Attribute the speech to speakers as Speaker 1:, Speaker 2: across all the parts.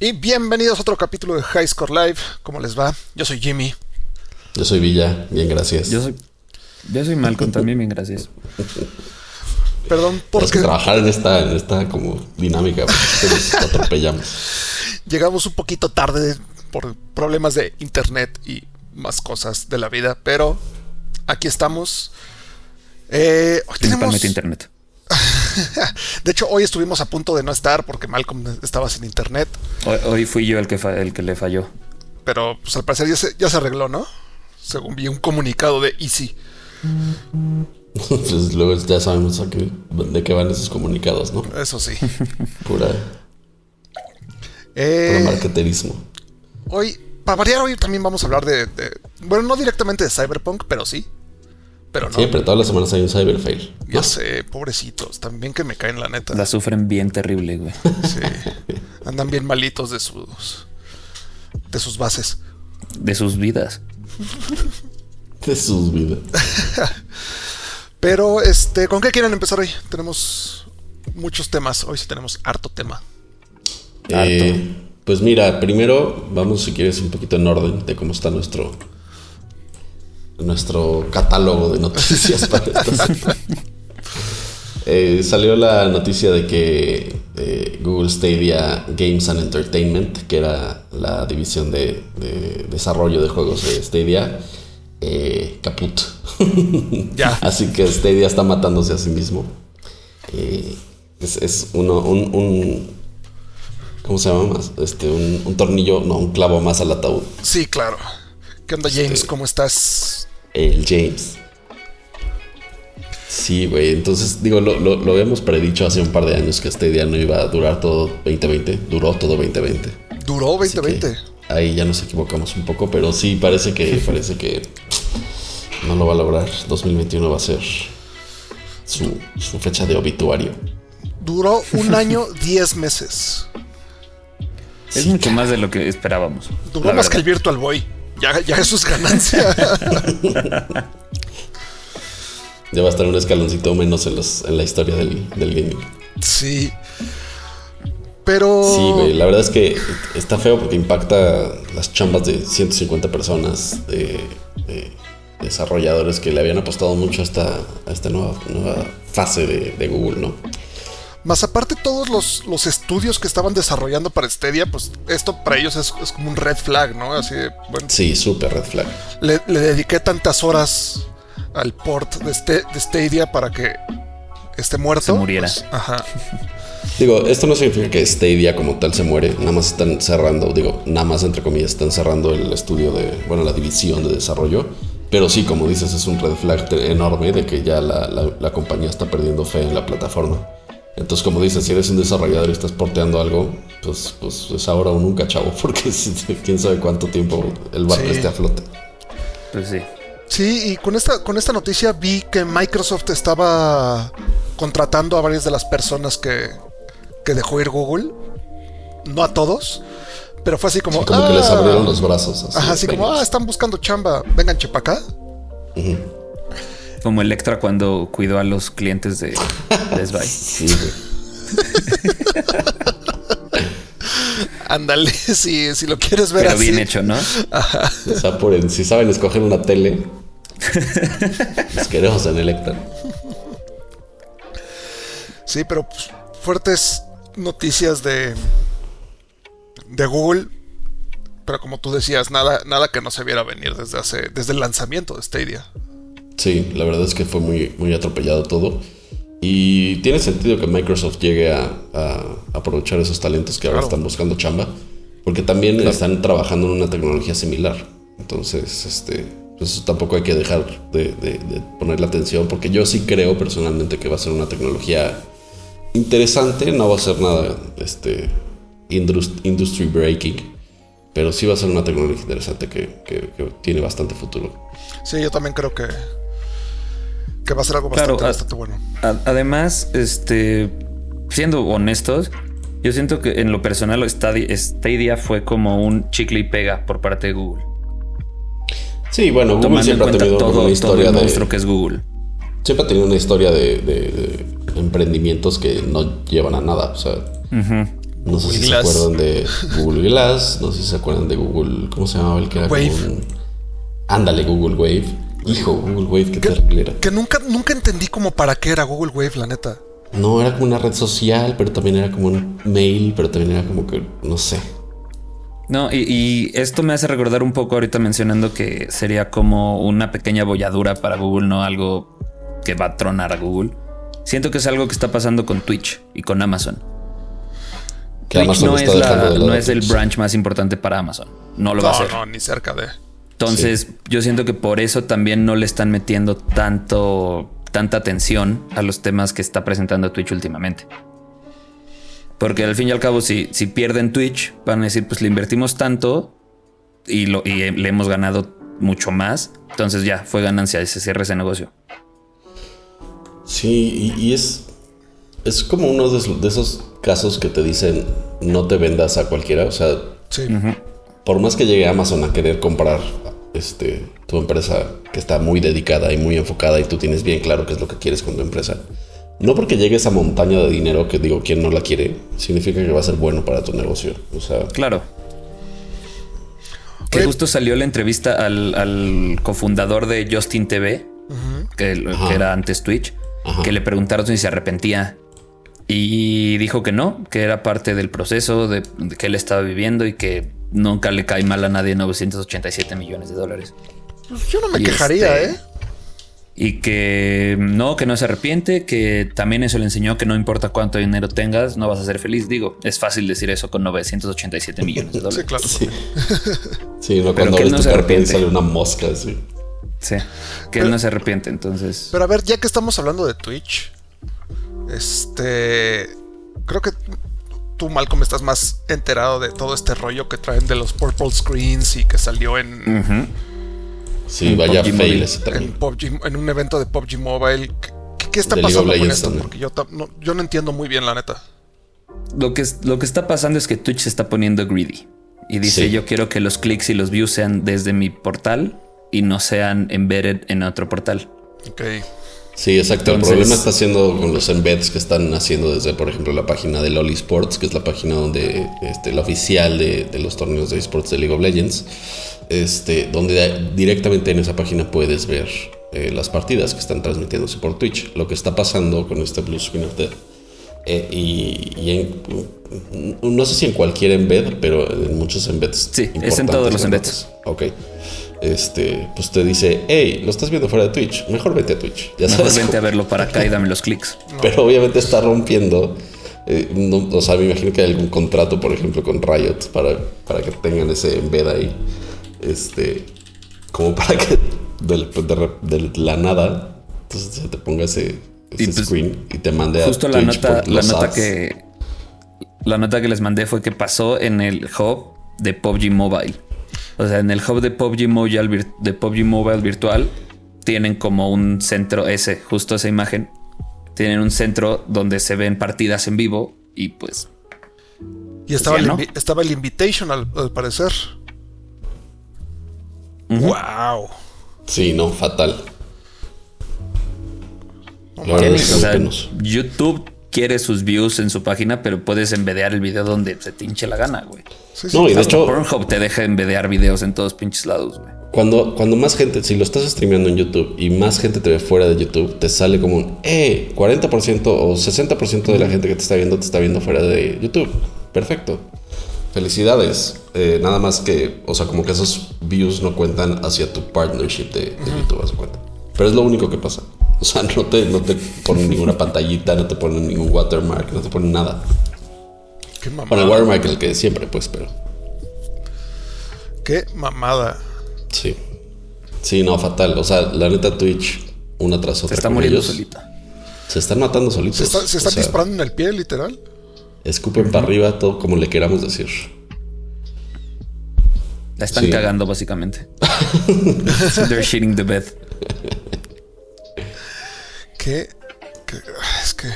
Speaker 1: Y bienvenidos a otro capítulo de High Score Live. ¿Cómo les va? Yo soy Jimmy.
Speaker 2: Yo soy Villa, bien gracias.
Speaker 3: Yo soy, yo soy Malcolm también, bien gracias.
Speaker 1: Perdón
Speaker 2: Tenemos
Speaker 1: porque
Speaker 2: que trabajar en esta, en esta como dinámica, porque nos atropellamos.
Speaker 1: llegamos un poquito tarde por problemas de internet y más cosas de la vida, pero aquí estamos. Eh, hoy tenemos,
Speaker 3: Principalmente internet.
Speaker 1: de hecho, hoy estuvimos a punto de no estar porque Malcolm estaba sin internet,
Speaker 3: Hoy, hoy fui yo el que, fa- el que le falló.
Speaker 1: pero pues al parecer ya se, ya se arregló, ¿no? Según vi un comunicado de Easy.
Speaker 2: Pues luego ya sabemos a qué- de qué van esos comunicados, ¿no?
Speaker 1: Eso sí.
Speaker 2: Pura, pura
Speaker 1: Eh,
Speaker 2: marketerismo.
Speaker 1: Hoy, para variar, hoy también vamos a hablar de, de- Bueno, no directamente de Cyberpunk, pero sí. Pero no.
Speaker 2: Siempre, todas las semanas hay un cyberfail.
Speaker 1: Ya sé, pobrecitos. También que me caen, la neta.
Speaker 3: La sufren bien terrible, güey.
Speaker 1: Sí. Andan bien malitos de sus. De sus bases.
Speaker 3: De sus vidas.
Speaker 2: De sus vidas.
Speaker 1: Pero, este, ¿con qué quieren empezar hoy? Tenemos muchos temas. Hoy sí tenemos harto tema.
Speaker 2: Eh, pues mira, primero vamos, si quieres, un poquito en orden de cómo está nuestro nuestro catálogo de noticias para esta semana. Eh, salió la noticia de que eh, Google Stadia Games and Entertainment, que era la división de, de desarrollo de juegos de Stadia, eh, caput.
Speaker 1: Ya.
Speaker 2: Así que Stadia está matándose a sí mismo. Eh, es, es uno, un, un- ¿Cómo se llama más? Este, un, un tornillo, no, un clavo más al ataúd.
Speaker 1: Sí, claro. ¿Qué onda, James? ¿Cómo estás?
Speaker 2: El James. Sí, güey. Entonces, digo, lo, lo, lo habíamos predicho hace un par de años que Stadia no iba a durar todo 2020. Duró todo 2020.
Speaker 1: Duró
Speaker 2: Así que
Speaker 1: 2020.
Speaker 2: Ahí ya nos equivocamos un poco, pero sí, parece que, parece que no lo va a lograr. 2021 va a ser su, su fecha de obituario.
Speaker 1: Duró un año, 10 meses.
Speaker 3: Es mucho más de lo que esperábamos.
Speaker 1: Duró
Speaker 3: la
Speaker 1: más que el
Speaker 3: verdad.
Speaker 1: Virtual Boy. Ya, ya eso es ganancia.
Speaker 2: Ya va a estar un escaloncito menos en, los, en la historia del, del gaming.
Speaker 1: Sí. Pero.
Speaker 2: Sí, güey, la verdad es que está feo porque impacta las chambas de 150 personas, de, de desarrolladores que le habían apostado mucho a esta, a esta nueva, nueva fase de, de Google, ¿no?
Speaker 1: Más aparte, todos los, los estudios que estaban desarrollando para Stadia, pues esto para ellos es, es como un red flag, ¿no? Así de, bueno,
Speaker 2: Sí, súper red flag.
Speaker 1: le, le dediqué tantas horas al port de, este, de Stadia para que esté muerto.
Speaker 3: Se muriera.
Speaker 1: Pues, ajá.
Speaker 2: Digo, esto no significa que Stadia como tal se muere, nada más están cerrando, digo, nada más entre comillas, están cerrando el estudio de, bueno, la división de desarrollo, pero sí, como dices, es un red flag te- enorme de que ya la, la- la compañía está perdiendo fe en la plataforma. Entonces, como dices, si eres un desarrollador y estás porteando algo, pues, pues es ahora o nunca, chavo, porque si- quién sabe cuánto tiempo el barco
Speaker 1: Sí.
Speaker 2: esté a flote.
Speaker 3: Pues sí.
Speaker 1: Sí, y con esta, con esta noticia vi que Microsoft estaba contratando a varias de las personas que, que dejó ir Google. No a todos, pero fue así como.
Speaker 2: Y como que les
Speaker 1: "Ah".
Speaker 2: abrieron los brazos. Así,
Speaker 1: Ajá, así como,
Speaker 2: venga.
Speaker 1: ah, están buscando chamba, vengan chepacá.
Speaker 3: Como Electra cuando cuidó a los clientes de Best Buy.
Speaker 2: Sí, güey.
Speaker 1: Ándale, si, si lo quieres ver
Speaker 3: Pero
Speaker 1: así.
Speaker 3: bien hecho, ¿no?
Speaker 2: O sea, por el- si saben escoger una tele, los queremos en Electra.
Speaker 1: Sí, pero pues, fuertes noticias de, de Google. Pero como tú decías, nada, nada que no se viera venir desde hace, desde el lanzamiento de Stadia.
Speaker 2: Sí, la verdad es que fue muy, muy atropellado todo. Y tiene sentido que Microsoft llegue a, a aprovechar esos talentos que ahora
Speaker 1: Claro.
Speaker 2: están buscando chamba, porque también están trabajando en una tecnología similar. Entonces, este, pues eso tampoco hay que dejar de, de- de ponerle atención, porque yo sí creo personalmente que va a ser una tecnología interesante, no va a ser nada este, indus- industry breaking, pero sí va a ser una tecnología interesante que, que- que tiene bastante futuro.
Speaker 1: Sí, yo también creo que, que va a ser algo bastante,
Speaker 3: Claro, ah.
Speaker 1: bastante bueno.
Speaker 3: A- Además, este, siendo honestos, yo siento que en lo personal Stadia, Stadia fue como un chicle y pega por parte de Google.
Speaker 2: Sí, bueno, Google
Speaker 3: Tomando en
Speaker 2: siempre ha
Speaker 3: cuenta
Speaker 2: tenido
Speaker 3: todo,
Speaker 2: una
Speaker 3: todo el
Speaker 2: historia
Speaker 3: monstruo
Speaker 2: de.
Speaker 3: que es Google.
Speaker 2: Siempre ha tenido una historia de, de- de emprendimientos que no llevan a nada. O sea, No sé
Speaker 1: Google
Speaker 2: si
Speaker 1: Glass.
Speaker 2: se acuerdan de Google Glass, no sé si se acuerdan de Google, ¿cómo se llamaba el que era? como
Speaker 1: Wave.
Speaker 2: un- Ándale, Google Wave. Hijo, Google Wave, qué
Speaker 1: ¿Qué?
Speaker 2: terrible era.
Speaker 1: Que nunca, nunca entendí como para qué era Google Wave, la neta.
Speaker 2: No, era como una red social, pero también era como un mail, pero también era como que, no sé.
Speaker 3: No, y, y esto me hace recordar un poco ahorita mencionando que sería como una pequeña bolladura para Google, no algo que va a tronar a Google. Siento que es algo que está pasando con Twitch y con Amazon.
Speaker 2: Que
Speaker 3: Twitch
Speaker 2: Amazon
Speaker 3: no,
Speaker 2: está
Speaker 3: es, la-
Speaker 2: dejando de lado
Speaker 3: no es el
Speaker 2: Twitch.
Speaker 3: branch más importante para Amazon. No lo va a
Speaker 1: No,
Speaker 3: hacer.
Speaker 1: no, ni cerca de.
Speaker 3: Entonces, yo siento que por eso también no le están metiendo tanto, tanta atención a los temas que está presentando Twitch últimamente. Porque al fin y al cabo, si, si pierden Twitch, van a decir, pues le invertimos tanto y, lo, y le hemos ganado mucho más. Entonces ya fue ganancia y se cierra ese negocio.
Speaker 2: Sí, y, y es, es como uno de, esos- de esos casos que te dicen no te vendas a cualquiera. O sea,
Speaker 1: Sí.
Speaker 2: por más que llegue Amazon a querer comprar este, tu empresa que está muy dedicada y muy enfocada y tú tienes bien claro qué es lo que quieres con tu empresa, no porque llegue esa montaña de dinero que digo, quien no la quiere, significa que va a ser bueno para tu negocio. O sea,
Speaker 3: Claro. Que
Speaker 1: Oye.
Speaker 3: justo salió la entrevista al, al cofundador de Justin TV, que, lo-
Speaker 2: Ajá.
Speaker 3: que era antes Twitch,
Speaker 2: Ajá.
Speaker 3: que le preguntaron si se arrepentía. Y dijo que no, que era parte del proceso de, de que él estaba viviendo y que nunca le cae mal a nadie 987 millones de dólares.
Speaker 1: Pues Yo no me
Speaker 3: Y
Speaker 1: quejaría,
Speaker 3: este-
Speaker 1: ¿eh?
Speaker 3: Y que no, que no se arrepiente, que también eso le enseñó que no importa cuánto dinero tengas, no vas a ser feliz. Digo, es fácil decir eso con 987 millones de dólares.
Speaker 1: Sí, claro.
Speaker 2: sí. Sí, no,
Speaker 3: Pero
Speaker 2: cuando
Speaker 3: que
Speaker 2: abres
Speaker 3: no
Speaker 2: tu carpeta
Speaker 3: se
Speaker 2: y
Speaker 3: arrepiente.
Speaker 2: sale una mosca así.
Speaker 3: Sí, que él no se arrepiente, entonces.
Speaker 1: Pero a ver, ya que estamos hablando de Twitch, este. Creo que tú, Malcolm, estás más enterado de todo este rollo que traen de los Purple Screens y que salió en,
Speaker 2: Mm.
Speaker 3: Ujú.
Speaker 2: Sí,
Speaker 3: Un
Speaker 2: vaya
Speaker 3: PUBG
Speaker 2: fail
Speaker 3: Mobile.
Speaker 2: ese
Speaker 1: en,
Speaker 2: también.
Speaker 1: PUBG en un evento de PUBG Mobile. ¿Qué, qué está
Speaker 2: De League of
Speaker 1: pasando con
Speaker 2: Legends
Speaker 1: esto?
Speaker 2: también.
Speaker 1: Porque yo, tam- no, yo no entiendo muy bien, la neta.
Speaker 3: Lo, que, es- lo que está pasando es que Twitch se está poniendo greedy. Y dice,
Speaker 2: Sí.
Speaker 3: yo quiero que los clics y los views sean desde mi portal y no sean embedded en otro portal.
Speaker 1: Ok.
Speaker 2: Sí, exacto.
Speaker 3: Entonces-
Speaker 2: el problema está haciendo con los embeds que están haciendo desde, por ejemplo, la página de Loli Sports, que es la página donde este, la oficial de, de los torneos de esports de League of Legends, este, donde da- directamente en esa página puedes ver eh, las partidas que están transmitiéndose por Twitch. Lo que está pasando con este Blue Screen of Death. eh, y, y en- no sé si en cualquier embed, pero en muchos embeds.
Speaker 3: Sí, es en
Speaker 2: importantes,
Speaker 3: todos los
Speaker 2: grandotes. Ok este, pues te dice, hey, lo estás viendo fuera de Twitch, mejor vete a Twitch. Ya
Speaker 3: Mejor
Speaker 2: sabes
Speaker 3: vente a
Speaker 2: cómo.
Speaker 3: verlo para acá y dame los clics.
Speaker 2: Pero obviamente está rompiendo, eh, no- o sea, me imagino que hay algún contrato, por ejemplo, con Riot para, para que tengan ese embed ahí, este, como para que del- de, re- de la nada, entonces se te ponga ese,
Speaker 3: Y
Speaker 2: ese
Speaker 3: pues,
Speaker 2: screen y te mande a
Speaker 3: Justo la
Speaker 2: Twitch
Speaker 3: nota,
Speaker 2: por
Speaker 3: la
Speaker 2: los
Speaker 3: nota
Speaker 2: ads.
Speaker 3: que. La nota que les mandé fue que pasó en el hub de PUBG Mobile. O sea, en el hub de PUBG Mobile, vir- de PUBG Mobile virtual tienen como un centro ese, justo esa imagen. Tienen un centro donde se ven partidas en vivo y pues
Speaker 2: Pues
Speaker 1: Y estaba,
Speaker 3: ya
Speaker 1: el,
Speaker 3: no.
Speaker 1: invi- estaba el Invitation, al, al parecer. ¡Wow!
Speaker 2: Sí, no, fatal. La
Speaker 3: ¿Qué
Speaker 2: verdad es
Speaker 3: dices?
Speaker 2: que
Speaker 3: O sea,
Speaker 2: apenas.
Speaker 3: YouTube quiere sus views en su página, pero puedes embedear el video donde se te hinche la gana, güey.
Speaker 1: Sí, sí.
Speaker 2: No, y de
Speaker 3: Hasta
Speaker 2: hecho,
Speaker 3: Pornhub te deja embedear videos en todos pinches lados, güey.
Speaker 2: Cuando, cuando más gente, si lo estás streameando en YouTube y más gente te ve fuera de YouTube, te sale como un, eh, 40% o 60% de la gente que te está viendo te está viendo fuera de YouTube. Perfecto. Felicidades. Eh, nada más que, o sea, como que esos views no cuentan hacia tu partnership de, de YouTube, haz de cuenta. Pero es lo único que pasa. O sea, no te, no te ponen ninguna pantallita, no te ponen ningún watermark, no te ponen nada.
Speaker 1: ¡Qué
Speaker 2: Bueno, el
Speaker 1: mamada!
Speaker 2: watermark el que siempre, pues, pero
Speaker 1: ¡Qué mamada!
Speaker 2: sí. Sí, no, fatal. O sea, la neta Twitch, una tras otra.
Speaker 3: Se está
Speaker 2: con
Speaker 3: muriendo
Speaker 2: ellos.
Speaker 3: solita.
Speaker 2: Se están matando solitos.
Speaker 1: Se, está- se
Speaker 2: pues, O
Speaker 1: están
Speaker 2: sea,
Speaker 1: disparando en el pie, literal.
Speaker 2: Escupen para arriba, todo como le queramos decir.
Speaker 3: La están
Speaker 2: Sí.
Speaker 3: cagando, básicamente. They're shitting the bed.
Speaker 1: que, que- es que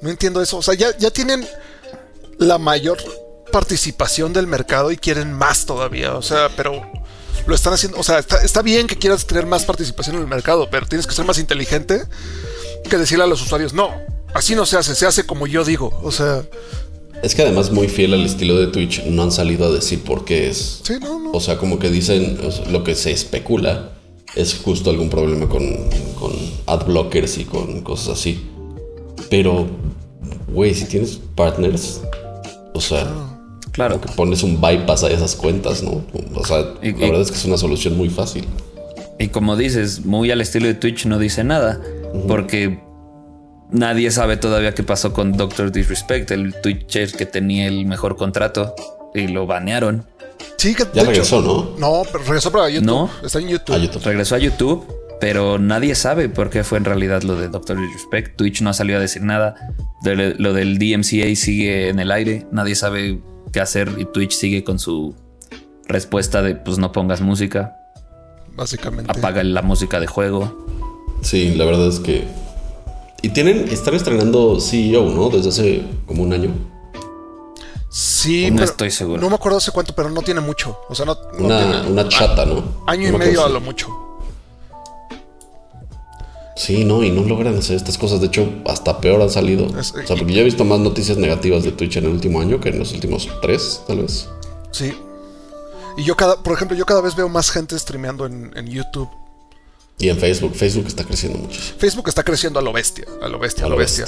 Speaker 1: no entiendo eso. O sea, ya, ya tienen la mayor participación del mercado y quieren más todavía. O sea, pero lo están haciendo. O sea, está, está bien que quieras tener más participación en el mercado, pero tienes que ser más inteligente que decirle a los usuarios, no, así no se hace, se hace como yo digo. O sea,
Speaker 2: Es que además muy fiel al estilo de Twitch, no han salido a decir por qué es.
Speaker 1: Sí, no, no.
Speaker 2: O sea, como que dicen, o sea, lo que se especula es justo algún problema con, con ad blockers y con cosas así. Pero, güey, si tienes partners, o sea,
Speaker 1: Ah.
Speaker 3: Claro.
Speaker 2: que pones un bypass a esas cuentas, ¿no? O sea,
Speaker 3: Y-
Speaker 2: la
Speaker 3: y-
Speaker 2: verdad es que es una solución muy fácil.
Speaker 3: Y como dices, muy al estilo de Twitch no dice nada, porque nadie sabe todavía qué pasó con Doctor Disrespect, el Twitcher que tenía el mejor contrato y lo banearon.
Speaker 1: Sí, que
Speaker 2: Ya
Speaker 1: de hecho-
Speaker 2: regresó, ¿no? Ah,
Speaker 1: No, pero regresó para YouTube.
Speaker 3: No.
Speaker 1: Está en YouTube.
Speaker 2: A YouTube.
Speaker 3: Pues Regresó a YouTube, pero nadie sabe por qué fue en realidad lo de Doctor Disrespect. Twitch no ha salido a decir nada. De- lo del DMCA sigue en el aire, nadie sabe qué hacer y Twitch sigue con su respuesta de pues no pongas música,
Speaker 1: Básicamente.
Speaker 3: apaga la música de juego.
Speaker 2: Sí, la verdad es que. Y tienen, están estrenando CEO, ¿no? Desde hace como un año.
Speaker 1: Sí,
Speaker 3: No
Speaker 1: pero
Speaker 3: estoy seguro.
Speaker 1: No me acuerdo hace cuánto, pero no tiene mucho. O sea, no, no
Speaker 2: Una,
Speaker 1: tiene-
Speaker 2: una chata, ¿no?
Speaker 1: Año y
Speaker 2: Una
Speaker 1: medio
Speaker 2: cosa
Speaker 1: a
Speaker 2: así.
Speaker 1: lo mucho.
Speaker 2: Sí, no, y no logran hacer estas cosas. De hecho, hasta peor han salido.
Speaker 1: Es-
Speaker 2: o sea, porque yo he visto más noticias negativas de Twitch en el último año que en los últimos tres, tal vez.
Speaker 1: Sí. Y yo cada, por ejemplo, yo cada vez veo más gente streameando en, en YouTube.
Speaker 2: Y en Facebook. Facebook está creciendo muchísimo.
Speaker 1: Facebook está creciendo a lo bestia, a lo bestia, a
Speaker 2: A
Speaker 1: lo,
Speaker 2: lo
Speaker 1: bestia.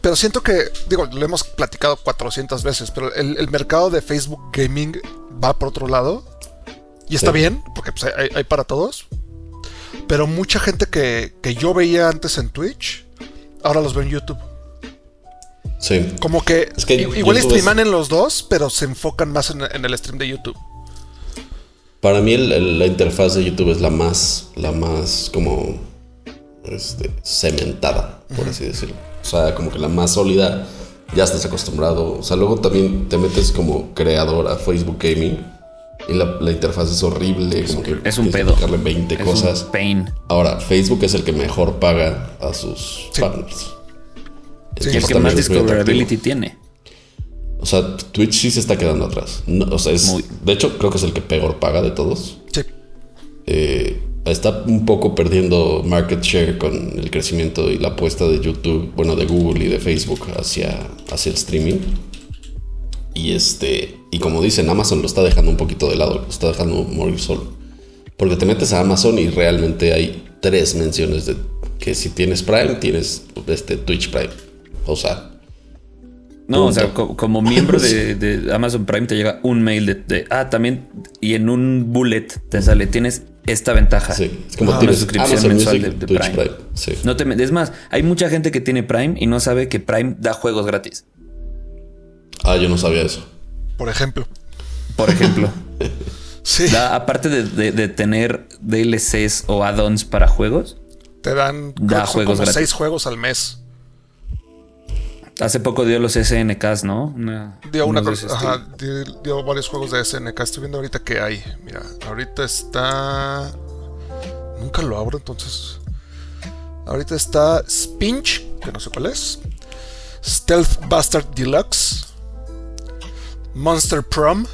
Speaker 1: Pero siento que, digo, lo hemos platicado 400 veces, pero el, el mercado de Facebook Gaming va por otro lado. Y está
Speaker 2: Sí.
Speaker 1: bien, porque pues, hay, hay para todos. Pero mucha gente que, que yo veía antes en Twitch, ahora los veo en YouTube.
Speaker 2: Sí.
Speaker 1: Como que,
Speaker 2: Es que
Speaker 1: i- igual
Speaker 2: YouTube
Speaker 1: streaman
Speaker 2: es-
Speaker 1: en los dos, pero se enfocan más en, en el stream de YouTube.
Speaker 2: Para mí el- el- la interfaz de YouTube es la más, la más como este, cementada, por así decirlo. O sea, como que la más sólida, ya estás acostumbrado. O sea, luego también te metes como creador a Facebook Gaming y la, la interfaz es horrible. como que
Speaker 3: Es un
Speaker 2: tienes que
Speaker 3: pedo.
Speaker 2: picarle 20
Speaker 3: Es
Speaker 2: cosas.
Speaker 3: un pain.
Speaker 2: Ahora, Facebook es el que mejor paga a sus
Speaker 1: Sí.
Speaker 2: partners.
Speaker 1: Sí,
Speaker 3: Y el
Speaker 2: Entonces
Speaker 3: que
Speaker 2: también
Speaker 3: más
Speaker 2: es muy
Speaker 3: discoverability
Speaker 2: atractivo.
Speaker 3: tiene.
Speaker 2: O sea, Twitch sí se está quedando atrás. No, o sea, es,
Speaker 3: Muy.
Speaker 2: De hecho, creo que es el que peor paga de todos.
Speaker 1: Sí.
Speaker 2: eh, está un poco perdiendo market share con el crecimiento y la apuesta de YouTube, bueno, de Google y de Facebook hacia, hacia el streaming. Y este, y como dicen, Amazon lo está dejando un poquito de lado, lo está dejando morir solo. Porque te metes a Amazon y realmente hay tres menciones de que si tienes Prime, tienes este Twitch Prime. O sea,
Speaker 3: No, o sea,
Speaker 2: Punto.
Speaker 3: co- como miembro de, de Amazon Prime te llega un mail de, de- ah, también, y en un bullet te sale, tienes esta ventaja.
Speaker 2: sí, es como
Speaker 3: Ah, Una
Speaker 2: tienes
Speaker 3: suscripción
Speaker 2: Amazon
Speaker 3: mensual
Speaker 2: Music,
Speaker 3: de- de
Speaker 2: Twitch
Speaker 3: Prime.
Speaker 2: Prime. Sí.
Speaker 3: No te me- es más, hay mucha gente que tiene Prime y no sabe que Prime da juegos gratis.
Speaker 2: Ah, yo no sabía eso.
Speaker 1: Por ejemplo.
Speaker 3: Por ejemplo,
Speaker 1: Sí.
Speaker 3: Da- aparte de, de- de tener DLCs o add-ons para juegos,
Speaker 1: Te dan creo
Speaker 3: Da
Speaker 1: que son
Speaker 3: juegos
Speaker 1: como
Speaker 3: gratis.
Speaker 1: seis juegos al mes.
Speaker 3: hace poco dio los SNKs, ¿no? Una-
Speaker 1: Dio una
Speaker 3: unos de
Speaker 1: cosa-
Speaker 3: ese
Speaker 1: ajá,
Speaker 3: estilo.
Speaker 1: dio, dio varios juegos de SNK. Estoy viendo ahorita que hay. Mira, ahorita está. Nunca lo abro, entonces. Ahorita está Spinch, que no sé cuál es. Stealth Bastard Deluxe. Monster Prom.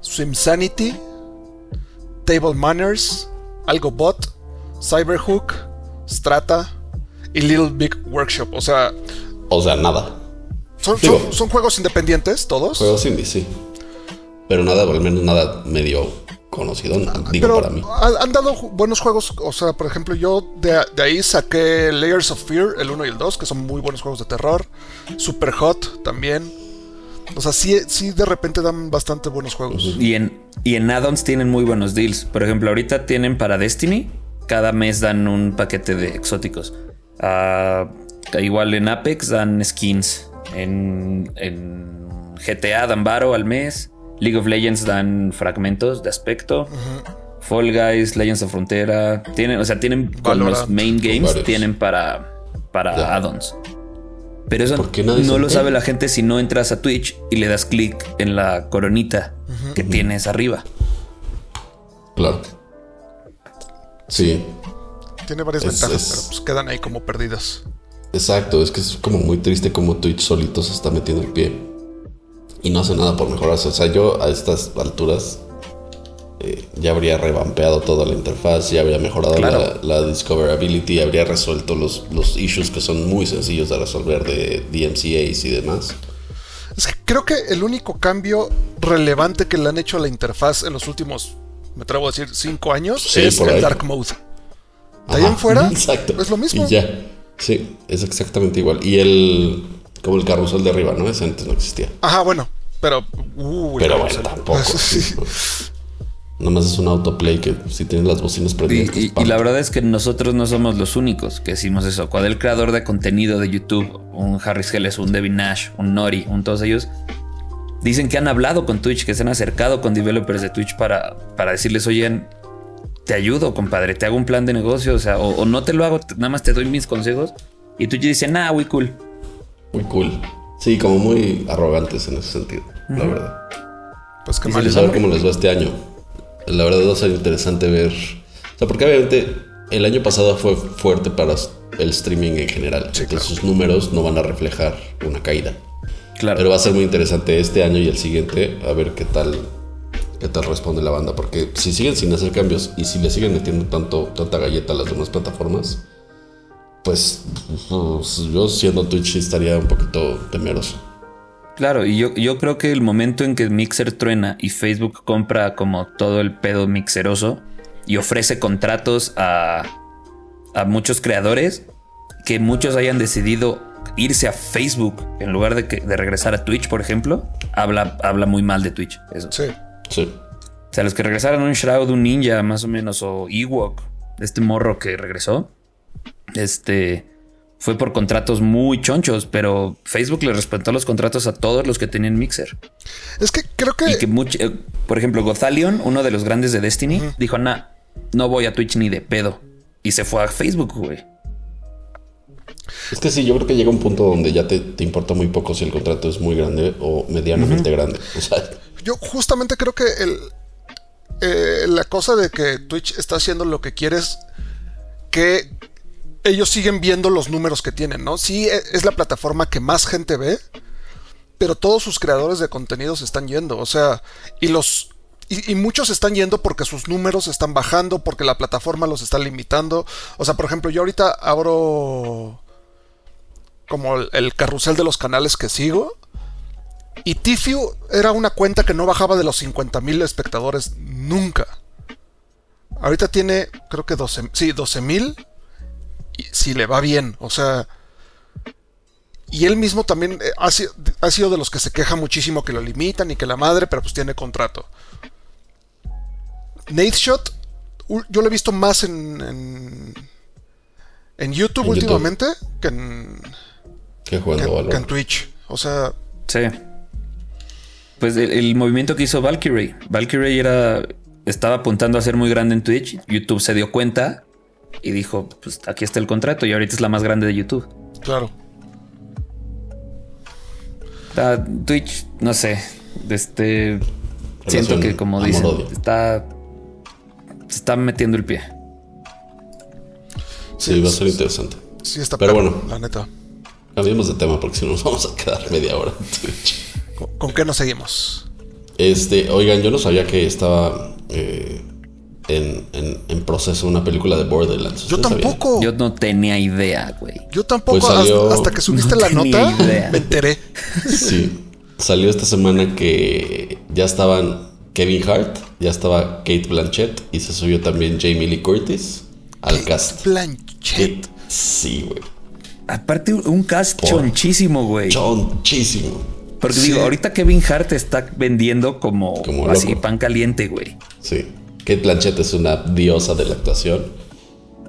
Speaker 1: Swim Sanity. Table Manners. Algo Bot. Cyberhook. Strata. Y Little Big Workshop. O sea,
Speaker 2: O sea, nada.
Speaker 1: son,
Speaker 2: Digo-
Speaker 1: son- son juegos independientes todos.
Speaker 2: Juegos indie, sí. Pero nada, o al menos nada medio conocido, na- digo
Speaker 1: pero
Speaker 2: para mí.
Speaker 1: han, han dado ju- buenos juegos. O sea, por ejemplo, yo de, de ahí saqué Layers of Fear, el 1 y el 2, que son muy buenos juegos de terror. Super Hot también. O sea, sí, sí de repente dan bastante buenos juegos.
Speaker 3: Y en, y en add-ons tienen muy buenos deals. Por ejemplo, ahorita tienen para Destiny, cada mes dan un paquete de exóticos. Ah, igual en Apex dan skins. En, en GTA dan varo al mes. League of Legends dan fragmentos de aspecto. Fall Guys, Legends of Frontera. Tienen, o sea, tienen con
Speaker 1: Valorant.
Speaker 3: los main games,
Speaker 2: Varios.
Speaker 3: tienen para, para
Speaker 2: Ya.
Speaker 3: add-ons. Pero eso
Speaker 2: ¿Por qué nadie
Speaker 3: no
Speaker 2: se
Speaker 3: lo
Speaker 2: entera?
Speaker 3: sabe la gente si no entras a Twitch y le das clic en la coronita que tienes arriba.
Speaker 2: Claro. Sí,
Speaker 1: Tiene varias
Speaker 2: Es-
Speaker 1: ventajas,
Speaker 2: es-
Speaker 1: pero pues quedan ahí como perdidas.
Speaker 2: exacto. Es que es como muy triste como Twitch solito se está metiendo el pie. Y no hace nada por mejorarse. O sea, yo a estas alturas eh, ya habría revampeado toda la interfaz, ya habría mejorado
Speaker 3: Claro.
Speaker 2: la, la discoverability, habría resuelto los, los issues que son muy sencillos de resolver de DMCAs y demás.
Speaker 1: Es que creo que el único cambio relevante que le han hecho a la interfaz en los últimos, me atrevo a decir, cinco años
Speaker 2: Sí,
Speaker 1: es
Speaker 2: por
Speaker 1: el
Speaker 2: ahí.
Speaker 1: Dark Mode. De ahí en
Speaker 2: Ajá,
Speaker 1: fuera
Speaker 2: Exacto.
Speaker 1: es lo mismo.
Speaker 2: Y ya. Sí, es exactamente igual. Y el. Como el carrusel de arriba, ¿no? Ese antes no existía.
Speaker 1: Ajá, bueno, pero... uh, el
Speaker 2: Pero bueno,
Speaker 1: carrusel.
Speaker 2: tampoco.
Speaker 1: Sí.
Speaker 2: sí, no. Nada más es un autoplay que si tienes las bocinas prendidas.
Speaker 3: Y,
Speaker 2: te
Speaker 3: y- y
Speaker 2: espanta.
Speaker 3: la verdad es que nosotros no somos los únicos que hicimos eso. Cuando el creador de contenido de YouTube, un Harris Helles, un Devin Nash, un Nori, un todos ellos, dicen que han hablado con Twitch, que se han acercado con developers de Twitch para, para decirles, oye, te ayudo, compadre, te hago un plan de negocio, o sea, o, o no te lo hago, t- nada más te doy mis consejos. Y Twitch dice, nah, we cool.
Speaker 2: Muy cool. Sí, como muy arrogantes en ese sentido, la verdad.
Speaker 1: Pues qué
Speaker 3: Y si
Speaker 1: mal.
Speaker 2: Vamos a ver cómo les va este año. La verdad va a ser interesante ver. O sea, porque obviamente el año pasado fue fuerte para el streaming en general.
Speaker 1: Sí,
Speaker 2: Entonces sus números no van a reflejar una caída.
Speaker 3: Claro.
Speaker 2: Pero va a ser muy interesante este año y el siguiente, a ver qué tal, qué tal responde la banda. Porque si siguen sin hacer cambios y si le siguen metiendo tanto, tanta galleta a las demás plataformas, pues, pues, yo siendo Twitch estaría un poquito temeroso.
Speaker 3: Claro, y yo, yo creo que el momento en que Mixer truena y Facebook compra como todo el pedo mixeroso y ofrece contratos a, a muchos creadores, que muchos hayan decidido irse a Facebook en lugar de, que, de regresar a Twitch, por ejemplo, habla, habla muy mal de Twitch. Eso.
Speaker 1: Sí.
Speaker 2: Sí.
Speaker 3: O sea, los que regresaron un Shroud, un Ninja, más o menos, o Ewok, este morro que regresó, este fue por contratos muy chonchos, pero Facebook le respetó los contratos a todos los que tenían Mixer.
Speaker 1: Es que creo que...
Speaker 3: Y que mucho, eh, por ejemplo, Gothalion, uno de los grandes de Destiny, dijo, nah, no voy a Twitch ni de pedo. Y se fue a Facebook, güey.
Speaker 2: Es que sí, yo creo que llega un punto donde ya te, te importa muy poco si el contrato es muy grande o medianamente grande. O sea,
Speaker 1: Yo justamente creo que el, eh, la cosa de que Twitch está haciendo lo que quiere es que ellos siguen viendo los números que tienen, ¿no? Sí, e- es la plataforma que más gente ve, pero todos sus creadores de contenidos están yendo, o sea, y los... Y, y muchos están yendo porque sus números están bajando, porque la plataforma los está limitando. O sea, por ejemplo, yo ahorita abro como el, el carrusel de los canales que sigo. Y Tifiu era una cuenta que no bajaba de los 50.000 espectadores nunca. Ahorita tiene, creo que 12, sí, 12 Y si le va bien, o sea. Y él mismo también eh, ha, si- ha sido de los que se queja muchísimo que lo limitan y que la madre, pero pues tiene contrato. Nate Shot, u- yo lo he visto más en. en, en YouTube
Speaker 2: En YouTube.
Speaker 1: últimamente que en-
Speaker 2: que
Speaker 1: que-
Speaker 2: jugando
Speaker 1: que
Speaker 2: valor.
Speaker 1: en Twitch. O sea,
Speaker 3: Sí. Pues el, el movimiento que hizo Valkyrie. Valkyrie era. estaba apuntando a ser muy grande en Twitch. YouTube se dio cuenta y dijo: Pues aquí está el contrato. Y ahorita es la más grande de YouTube.
Speaker 1: claro.
Speaker 3: Está- Ah, Twitch, no sé. Este. siento
Speaker 2: Relación
Speaker 3: que como dicen,
Speaker 2: amor-odio.
Speaker 3: está. Se está metiendo el pie.
Speaker 2: Sí, va a ser interesante.
Speaker 1: Sí, está
Speaker 2: Pero
Speaker 1: perro,
Speaker 2: bueno.
Speaker 1: la neta.
Speaker 2: Cambiemos de tema porque si no nos vamos a quedar media hora en Twitch.
Speaker 1: ¿Con, con qué nos seguimos?
Speaker 2: Este, oigan, yo no sabía que estaba eh, en, en- en proceso una película de Borderlands.
Speaker 1: Yo
Speaker 2: ¿Ustedes sabían?
Speaker 1: tampoco.
Speaker 3: Yo
Speaker 1: Yo,
Speaker 3: no tenía idea, güey.
Speaker 1: tampoco.
Speaker 2: Pues
Speaker 1: has-
Speaker 2: salió-
Speaker 1: hasta, que subiste
Speaker 3: no
Speaker 1: la
Speaker 3: tenía
Speaker 1: nota,
Speaker 3: idea.
Speaker 1: me enteré.
Speaker 2: Sí. Salió esta semana que ya estaban Kevin Hart, ya estaba Kate Blanchett y se subió también Jamie Lee Curtis al cast.
Speaker 1: Planchet.
Speaker 2: Que- Sí, güey.
Speaker 3: Aparte, un cast
Speaker 2: Por-
Speaker 3: chonchísimo, güey.
Speaker 2: Chonchísimo.
Speaker 3: Porque
Speaker 1: Sí.
Speaker 3: digo, ahorita Kevin Hart está vendiendo como,
Speaker 2: Como
Speaker 3: así
Speaker 2: loco.
Speaker 3: pan caliente, güey.
Speaker 2: Sí. Kate Blanchett es una diosa de la actuación.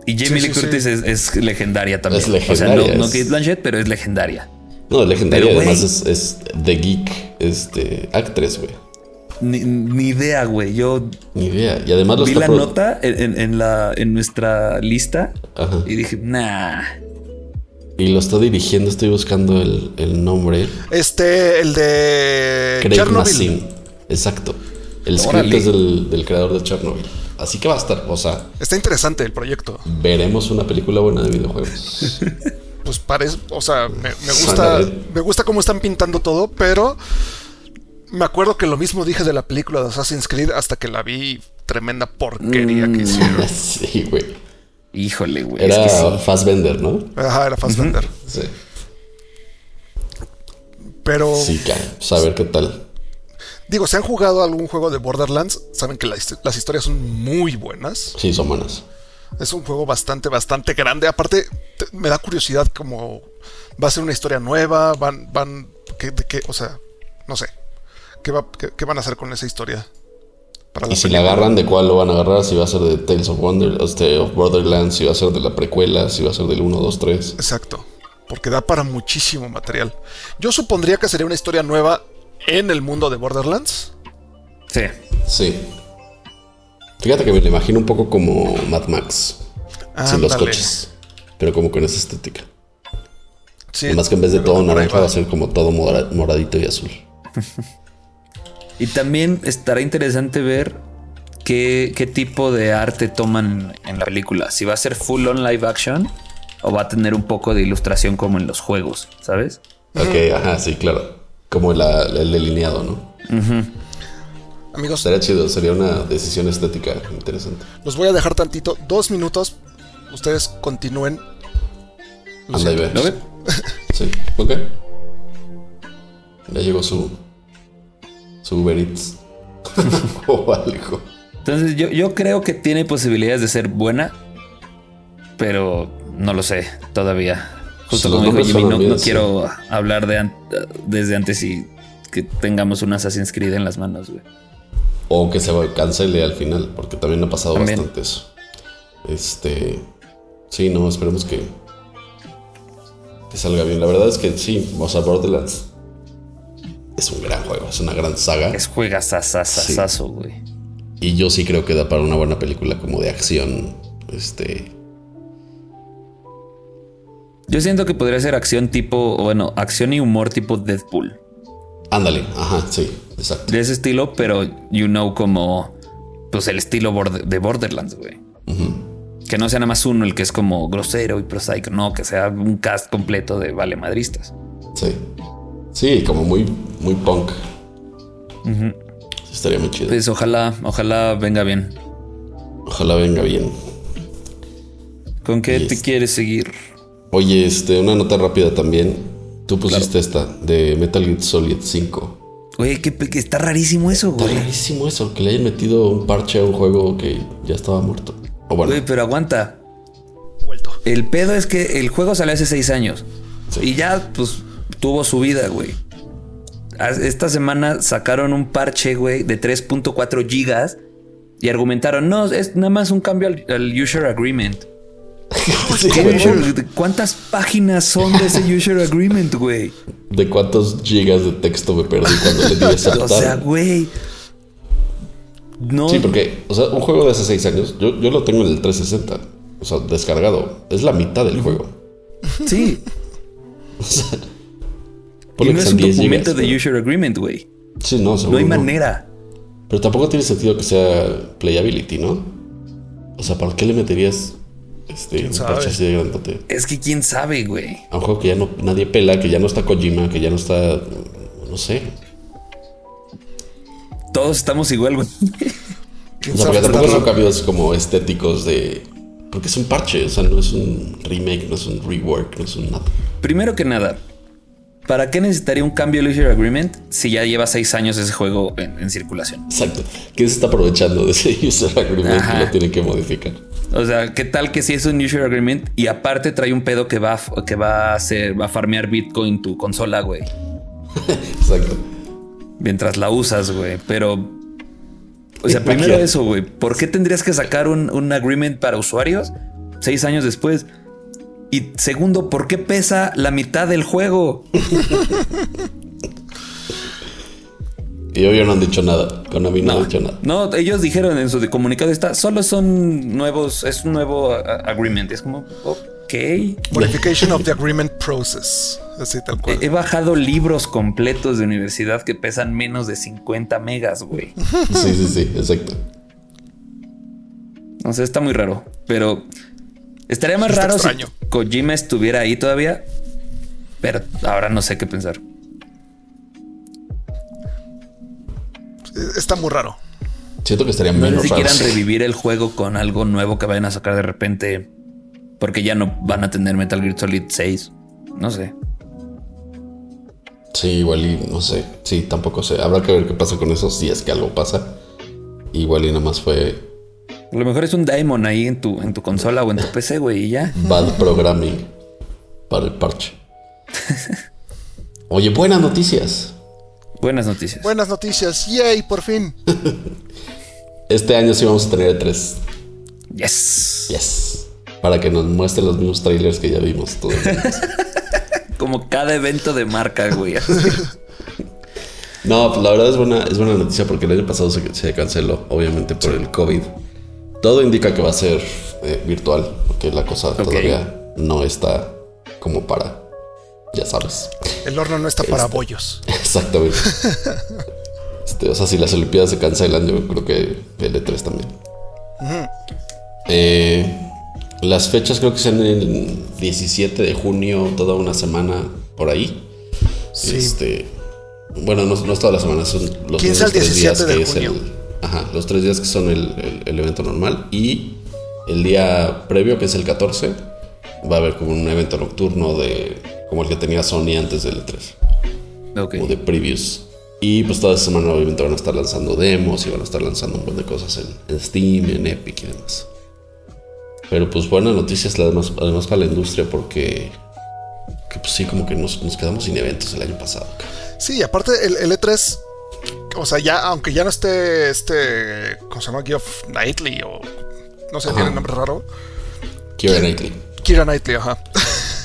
Speaker 3: Y Jamie
Speaker 1: Sí,
Speaker 3: Lee
Speaker 1: sí,
Speaker 3: Curtis
Speaker 1: sí.
Speaker 3: Es, es legendaria también.
Speaker 2: Es legendaria,
Speaker 3: O sea, no, no
Speaker 2: es-
Speaker 3: Kate Blanchett, pero es legendaria.
Speaker 2: No, legendaria.
Speaker 3: Pero, güey.
Speaker 2: además es, es The Geek este, Actress, güey.
Speaker 3: Ni, ni idea, güey. Yo
Speaker 2: Ni idea. Y además lo
Speaker 3: vi
Speaker 2: está
Speaker 3: la
Speaker 2: pro-
Speaker 3: nota en, en- en la, en nuestra lista
Speaker 2: Ajá.
Speaker 3: y dije, nah.
Speaker 2: Y lo está dirigiendo, estoy buscando el, el nombre.
Speaker 1: Este, el de
Speaker 2: Craig
Speaker 1: Chernobyl.
Speaker 2: Mazin. Exacto. El script
Speaker 3: Órale.
Speaker 2: es del, del creador de Chernobyl. Así que va a estar, o sea,
Speaker 1: Está interesante el proyecto.
Speaker 2: veremos una película buena de videojuegos.
Speaker 1: Pues parece, o sea, me, me
Speaker 2: Suena
Speaker 1: gusta,
Speaker 2: bien.
Speaker 1: me gusta cómo están pintando todo, pero me acuerdo que lo mismo dije de la película de Assassin's Creed hasta que la vi y tremenda porquería
Speaker 3: Mm.
Speaker 1: que hicieron.
Speaker 2: sí, güey.
Speaker 3: Híjole, güey.
Speaker 2: Era
Speaker 3: es que sí.
Speaker 2: Fassbender, ¿no?
Speaker 1: Ajá, era Fassbender.
Speaker 2: Sí.
Speaker 1: Pero,
Speaker 2: Sí, claro. Pues a ver qué tal.
Speaker 1: digo, si han jugado algún juego de Borderlands, saben que la hist- las historias son muy buenas.
Speaker 2: Sí, son buenas.
Speaker 1: Es un juego bastante, bastante grande. Aparte, te- me da curiosidad como va a ser una historia nueva, van, van, qué, de qué, o sea, no sé, ¿Qué, va- qué- qué van a hacer con esa historia. Para
Speaker 2: Y
Speaker 1: la
Speaker 2: si la
Speaker 1: película?
Speaker 2: agarran, ¿de cuál lo van a agarrar? Si va a ser de Tales of Wonder, este, of Borderlands, si va a ser de la precuela, si va a ser del 1, 2, 3.
Speaker 1: Exacto, porque da para muchísimo material. Yo supondría que sería una historia nueva en el mundo de Borderlands.
Speaker 3: Sí.
Speaker 2: Sí. Fíjate que me lo imagino un poco como Mad Max, sin los
Speaker 1: Ándale.
Speaker 2: coches, pero como con esa estética.
Speaker 1: Sí,
Speaker 2: Además que en vez de
Speaker 1: Eh, pero
Speaker 2: todo
Speaker 1: por ahí
Speaker 2: naranja
Speaker 1: va.
Speaker 2: va a ser como todo mora- moradito y azul.
Speaker 3: Y también estará interesante ver qué, qué tipo de arte toman en la película. Si va a ser full on live action o va a tener un poco de ilustración como en los juegos, ¿sabes?
Speaker 2: Ok, ajá, sí, claro. Como la- el delineado, ¿no?
Speaker 1: Amigos,
Speaker 2: Estaría chido, sería una decisión estética interesante.
Speaker 1: los voy a dejar tantito, dos minutos. Ustedes continúen. Lo
Speaker 2: Anda y
Speaker 1: siento.
Speaker 2: ve.
Speaker 3: ¿Lo ve?
Speaker 2: Sí, ok. Ya llegó su. su Uber Eats. o algo.
Speaker 3: Entonces yo, yo creo que tiene posibilidades de ser buena, pero no lo sé todavía. Justo
Speaker 2: Los
Speaker 3: como dijo
Speaker 2: nombres
Speaker 3: Jimmy,
Speaker 2: son
Speaker 3: no, no
Speaker 2: olvidados, sí.
Speaker 3: quiero hablar de an- desde antes y que tengamos un Assassin's Creed en las manos, güey.
Speaker 2: O que se va- cancele al final, porque también ha pasado
Speaker 3: También.
Speaker 2: bastante eso. Este. Sí, no, esperemos que. que salga bien. La verdad es que sí, o sea, Borderlands. es un gran juego, es una gran saga.
Speaker 3: Es juega sasasasazo, güey.
Speaker 2: Y yo sí creo que da para una buena película como de acción. Este.
Speaker 3: Yo siento que podría ser acción tipo, bueno, acción y humor tipo Deadpool.
Speaker 2: Ándale, ajá, sí, exacto.
Speaker 3: De ese estilo, pero you know como pues el estilo borde- de Borderlands, güey. Que no sea nada más uno el que es como grosero y prosaico, no, que sea un cast completo de vale madristas.
Speaker 2: Sí. Sí, como muy, muy punk. Sí, Estaría muy chido.
Speaker 3: Pues ojalá, ojalá venga bien.
Speaker 2: Ojalá venga bien.
Speaker 3: ¿Con qué te
Speaker 2: Yes.
Speaker 3: quieres seguir?
Speaker 2: Oye, este, una nota rápida también. Tú pusiste esta de Metal Gear Solid 5.
Speaker 3: Oye, que, que está rarísimo eso,
Speaker 2: Está
Speaker 3: güey.
Speaker 2: rarísimo eso, que le hayan metido un parche a un juego que ya estaba muerto. O bueno,
Speaker 3: Güey, pero aguanta.
Speaker 1: Vuelto.
Speaker 3: El pedo es que el juego salió hace seis años.
Speaker 2: Sí.
Speaker 3: Y ya, pues, tuvo su vida, güey. A- Esta semana sacaron un parche, güey, de 3.4 gigas. Y argumentaron, no, es nada más un cambio al, al user agreement.
Speaker 2: Sí,
Speaker 3: ¿Qué
Speaker 2: güey.
Speaker 3: user- de- ¿Cuántas páginas son de ese user agreement, güey?
Speaker 2: ¿de cuántos gigas de texto me perdí cuando le di
Speaker 3: O sea,
Speaker 2: aceptar?
Speaker 3: güey. No.
Speaker 2: Sí, porque, o sea, un juego de hace 6 años, yo, yo lo tengo en el 360, o sea, descargado. Es la mitad del juego.
Speaker 3: sí.
Speaker 2: Ponle
Speaker 3: Y
Speaker 2: que
Speaker 3: no es
Speaker 2: sean 10
Speaker 3: un
Speaker 2: gigas,
Speaker 3: documento de
Speaker 2: pero-
Speaker 3: user agreement, güey.
Speaker 2: Sí, no, seguro.
Speaker 3: No hay manera.
Speaker 2: Pero tampoco tiene sentido que sea playability, ¿no? O sea, ¿para qué le meterías este un
Speaker 1: sabe?
Speaker 2: parche así de grandote?
Speaker 3: Es que quién sabe, güey.
Speaker 2: A un juego que ya no, nadie pela, que ya no está Kojima, que ya no está. No sé.
Speaker 3: Todos estamos igual, güey.
Speaker 1: ¿Quién
Speaker 2: O sea,
Speaker 1: sabe?
Speaker 2: porque
Speaker 1: Está
Speaker 2: tampoco son
Speaker 1: raro.
Speaker 2: cambios como estéticos de. Porque es un parche, o sea, no es un remake, no es un rework, no es un nada.
Speaker 3: Primero que nada, ¿para qué necesitaría un cambio de user agreement si ya lleva seis años ese juego en, en circulación?
Speaker 2: Exacto. ¿Quién se está aprovechando de ese user agreement
Speaker 3: Ajá.
Speaker 2: que lo tiene que modificar?
Speaker 3: O sea, ¿qué tal que si es un user agreement y aparte trae un pedo que va a, f- que va a hacer, va a farmear Bitcoin tu consola, güey?
Speaker 2: Exacto.
Speaker 3: Mientras la usas, güey. Pero. O sea, primero
Speaker 2: Magia.
Speaker 3: eso, güey. ¿Por qué tendrías que sacar un, un agreement para usuarios seis años después? Y segundo, ¿por qué pesa la mitad del juego?
Speaker 2: Y obvio no han dicho nada. Konami no, ha dicho nada.
Speaker 3: No, ellos dijeron en su comunicado está, solo son nuevos, es un nuevo a- a- agreement. Es como, ok. He,
Speaker 1: Modification of the agreement process. Así tal cual.
Speaker 2: Eh,
Speaker 3: he bajado libros completos de universidad que pesan menos de 50 megas, güey.
Speaker 2: Sí, sí, sí, exacto.
Speaker 3: O sea, está muy raro, pero estaría más
Speaker 1: Está
Speaker 3: raro
Speaker 1: extraño.
Speaker 3: si Kojima estuviera ahí todavía. Pero ahora no sé qué pensar.
Speaker 2: eh,
Speaker 1: Está muy raro.
Speaker 2: Siento que estaría
Speaker 3: No sé
Speaker 2: menos
Speaker 3: si
Speaker 2: raro.
Speaker 3: quieran revivir el juego con algo nuevo que vayan a sacar de repente. Porque ya no van a tener Metal Gear Solid 6. No sé.
Speaker 2: Sí, igual y no sé. Sí, tampoco sé. Habrá que ver qué pasa con eso si es que algo pasa. Igual y nada más fue
Speaker 3: A lo mejor es un Daemon ahí en tu, en tu consola o en tu PC, güey, y ya.
Speaker 2: bad programming para el parche. Oye, buenas noticias.
Speaker 3: Buenas noticias.
Speaker 1: Buenas noticias, yay, por fin.
Speaker 2: Este año sí vamos a tener E3.
Speaker 3: Yes.
Speaker 2: Yes. Para que nos muestren los mismos trailers que ya vimos todo el tiempo.
Speaker 3: Como cada evento de marca, güey.
Speaker 2: No, pues la verdad es buena, es buena noticia porque el año pasado se, se canceló, obviamente por el COVID. Todo indica que va a ser eh, virtual, porque la cosa todavía no está como para, ya sabes.
Speaker 1: El horno no está
Speaker 2: Este,
Speaker 1: para bollos.
Speaker 2: Exactamente. Este, o sea, si las Olimpiadas se cancelan, yo creo que el E3 también. Eh, las fechas creo que son el 17 de junio, toda una semana por ahí.
Speaker 1: Sí.
Speaker 2: Este, bueno, no, no es toda la semana, son
Speaker 1: 15 al
Speaker 2: los mismos tres
Speaker 1: 17 de
Speaker 2: que
Speaker 1: junio.
Speaker 2: es el. Ajá, los tres días que son el, el- el evento normal. Y el día previo, que es el 14, va a haber como un evento nocturno de como el que tenía Sony antes del E E3
Speaker 3: Ok.
Speaker 2: o de previews. Y pues toda esta semana obviamente van a estar lanzando demos y van a estar lanzando un montón de cosas en, en Steam, en Epic y demás. Pero pues buenas noticias además, además para la industria porque que, pues sí, como que nos, nos quedamos sin eventos el año pasado. cabrón.
Speaker 1: Sí, y aparte el, el E3, o sea, ya, aunque ya no esté este, ¿cómo se llama? Geoff Knightley o no sé, tiene nombre raro.
Speaker 2: Keira Knightley.
Speaker 1: Kira Knightley, ajá.